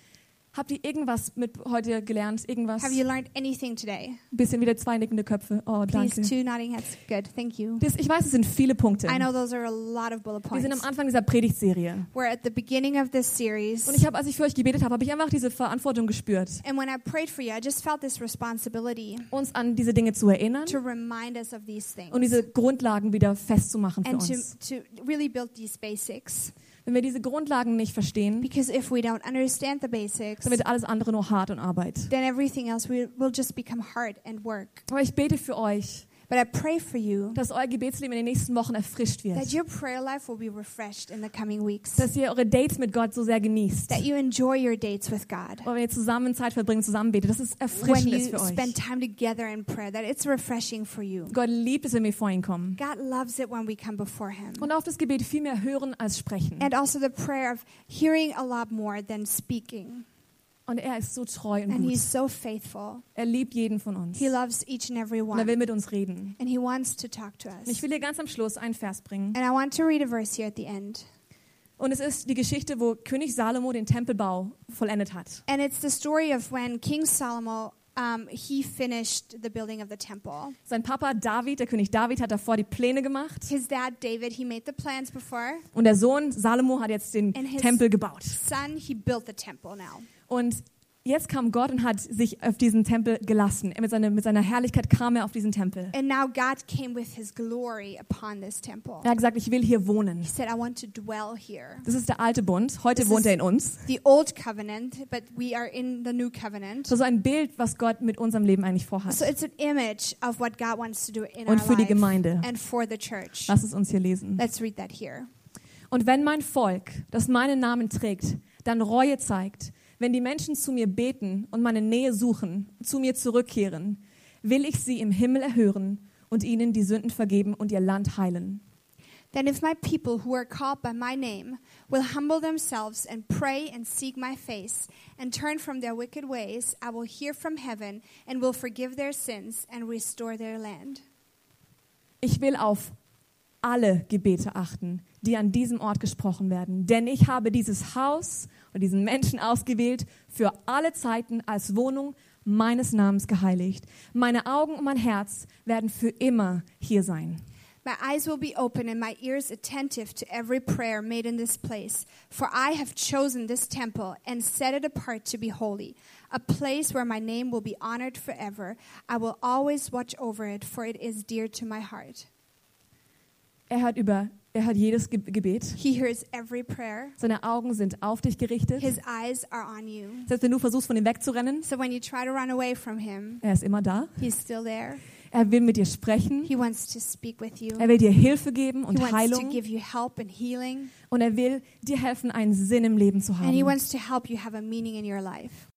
A: Habt ihr irgendwas mit heute gelernt? Irgendwas?
B: Have you learned anything today?
A: Ein bisschen wieder zwei nickende Köpfe. Oh, danke.
B: Please, two nodding heads. Good, thank you.
A: Das, ich weiß, es sind viele Punkte.
B: I know those are a lot of bullet
A: Wir sind am
B: points.
A: Anfang dieser Predigtserie.
B: We're at the beginning of this
A: Und ich
B: series.
A: habe, als ich für euch gebetet habe, habe ich einfach diese Verantwortung gespürt,
B: And when I prayed for you, I just felt this responsibility
A: uns an diese Dinge zu erinnern
B: to remind us of these
A: und
B: things
A: diese Grundlagen wieder festzumachen für
B: and to,
A: uns.
B: to really build these basics.
A: Wenn wir diese Grundlagen nicht verstehen,
B: Because if we don't understand the basics,
A: dann wird alles andere nur hart und Arbeit.
B: then everything else will, will just become hard and work.
A: Aber ich bete für euch,
B: But I pray for you
A: dass euer Gebetsleben in den nächsten Wochen erfrischt
B: that
A: wird.
B: your prayer life will be refreshed in the coming weeks,
A: Dass ihr eure Dates mit Gott so sehr genießt.
B: that you enjoy your dates with God.
A: Und wenn ihr zusammen Zeit verbringt, zusammen betet, dass es
B: When
A: erfrischend
B: you
A: ist für euch.
B: spend time together in prayer, that it's refreshing for you.
A: Gott liebt es, wenn wir vor ihn kommen.
B: God loves it when we come before Him.
A: Und auf das Gebet viel mehr hören als sprechen.
B: And also the prayer of hearing a lot more than speaking.
A: Und er ist so treu und
B: And He's
A: gut.
B: so faithful.
A: Er liebt jeden von uns.
B: He loves each and every
A: Und er will
B: one.
A: mit uns reden.
B: And He wants to talk to
A: Und ich
B: us.
A: will dir ganz am Schluss einen Vers bringen.
B: And I want to read a verse here at the end.
A: Und es ist die Geschichte, wo König Salomo den Tempelbau vollendet hat.
B: And it's the story of when King Solomon um, he finished the building of the temple.
A: Sein Papa David, der König David, hat davor die Pläne gemacht.
B: His dad David he made the plans before.
A: Und der Sohn Salomo hat jetzt den
B: And his-
A: Tempel gebaut.
B: Son he built the temple now.
A: Und jetzt kam Gott und hat sich auf diesen Tempel gelassen. Er mit, seiner, mit seiner Herrlichkeit kam er auf diesen Tempel.
B: And now God came with His glory upon this temple.
A: Er hat gesagt, ich will hier wohnen.
B: He said, "I want to dwell here."
A: Das ist der alte Bund. Heute
B: Das
A: wohnt
B: ist-
A: er in uns.
B: The old covenant, but we are in the new covenant.
A: Das ist so ein Bild, was Gott mit unserem Leben eigentlich vorhat.
B: So it's an image of what God wants to do in
A: Und
B: our
A: für die
B: life
A: Gemeinde.
B: and for the church.
A: Lass es uns hier lesen.
B: Let's read that here.
A: Und wenn mein Volk, das meinen Namen trägt, dann Reue zeigt, wenn die Menschen zu mir beten und meine Nähe suchen, zu mir zurückkehren, will ich sie im Himmel erhören und ihnen die Sünden vergeben und ihr Land heilen.
B: Then if my people who are called by my name will humble themselves and pray and seek my face and turn from their wicked ways, I will hear from heaven and will forgive their sins and restore their land.
A: Ich will auf alle Gebete achten, die an diesem Ort gesprochen werden, denn ich habe dieses Haus und diesen Menschen ausgewählt für alle Zeiten als Wohnung meines Namens geheiligt. Meine Augen und mein Herz werden für immer hier sein.
B: My eyes will be open and my ears attentive to every prayer made in this place, for I have chosen this temple and set it apart to be holy, a place where my name will be honored forever. I will always watch over it, for it is dear to my heart.
A: Er hört über, er hört jedes Ge Gebet.
B: He hears every prayer,
A: Seine Augen sind auf dich gerichtet.
B: his eyes are on you.
A: Selbst wenn du versuchst, von ihm wegzurennen,
B: So when you try to run away from him,
A: er ist immer da.
B: he's still there.
A: Er will mit dir sprechen.
B: He wants to speak with you.
A: Er will dir Hilfe geben
B: He
A: und
B: wants to
A: Heilung.
B: give you help and healing,
A: Und er will dir helfen, einen Sinn im Leben zu
B: and he
A: haben.
B: wants to help you have a meaning in your life.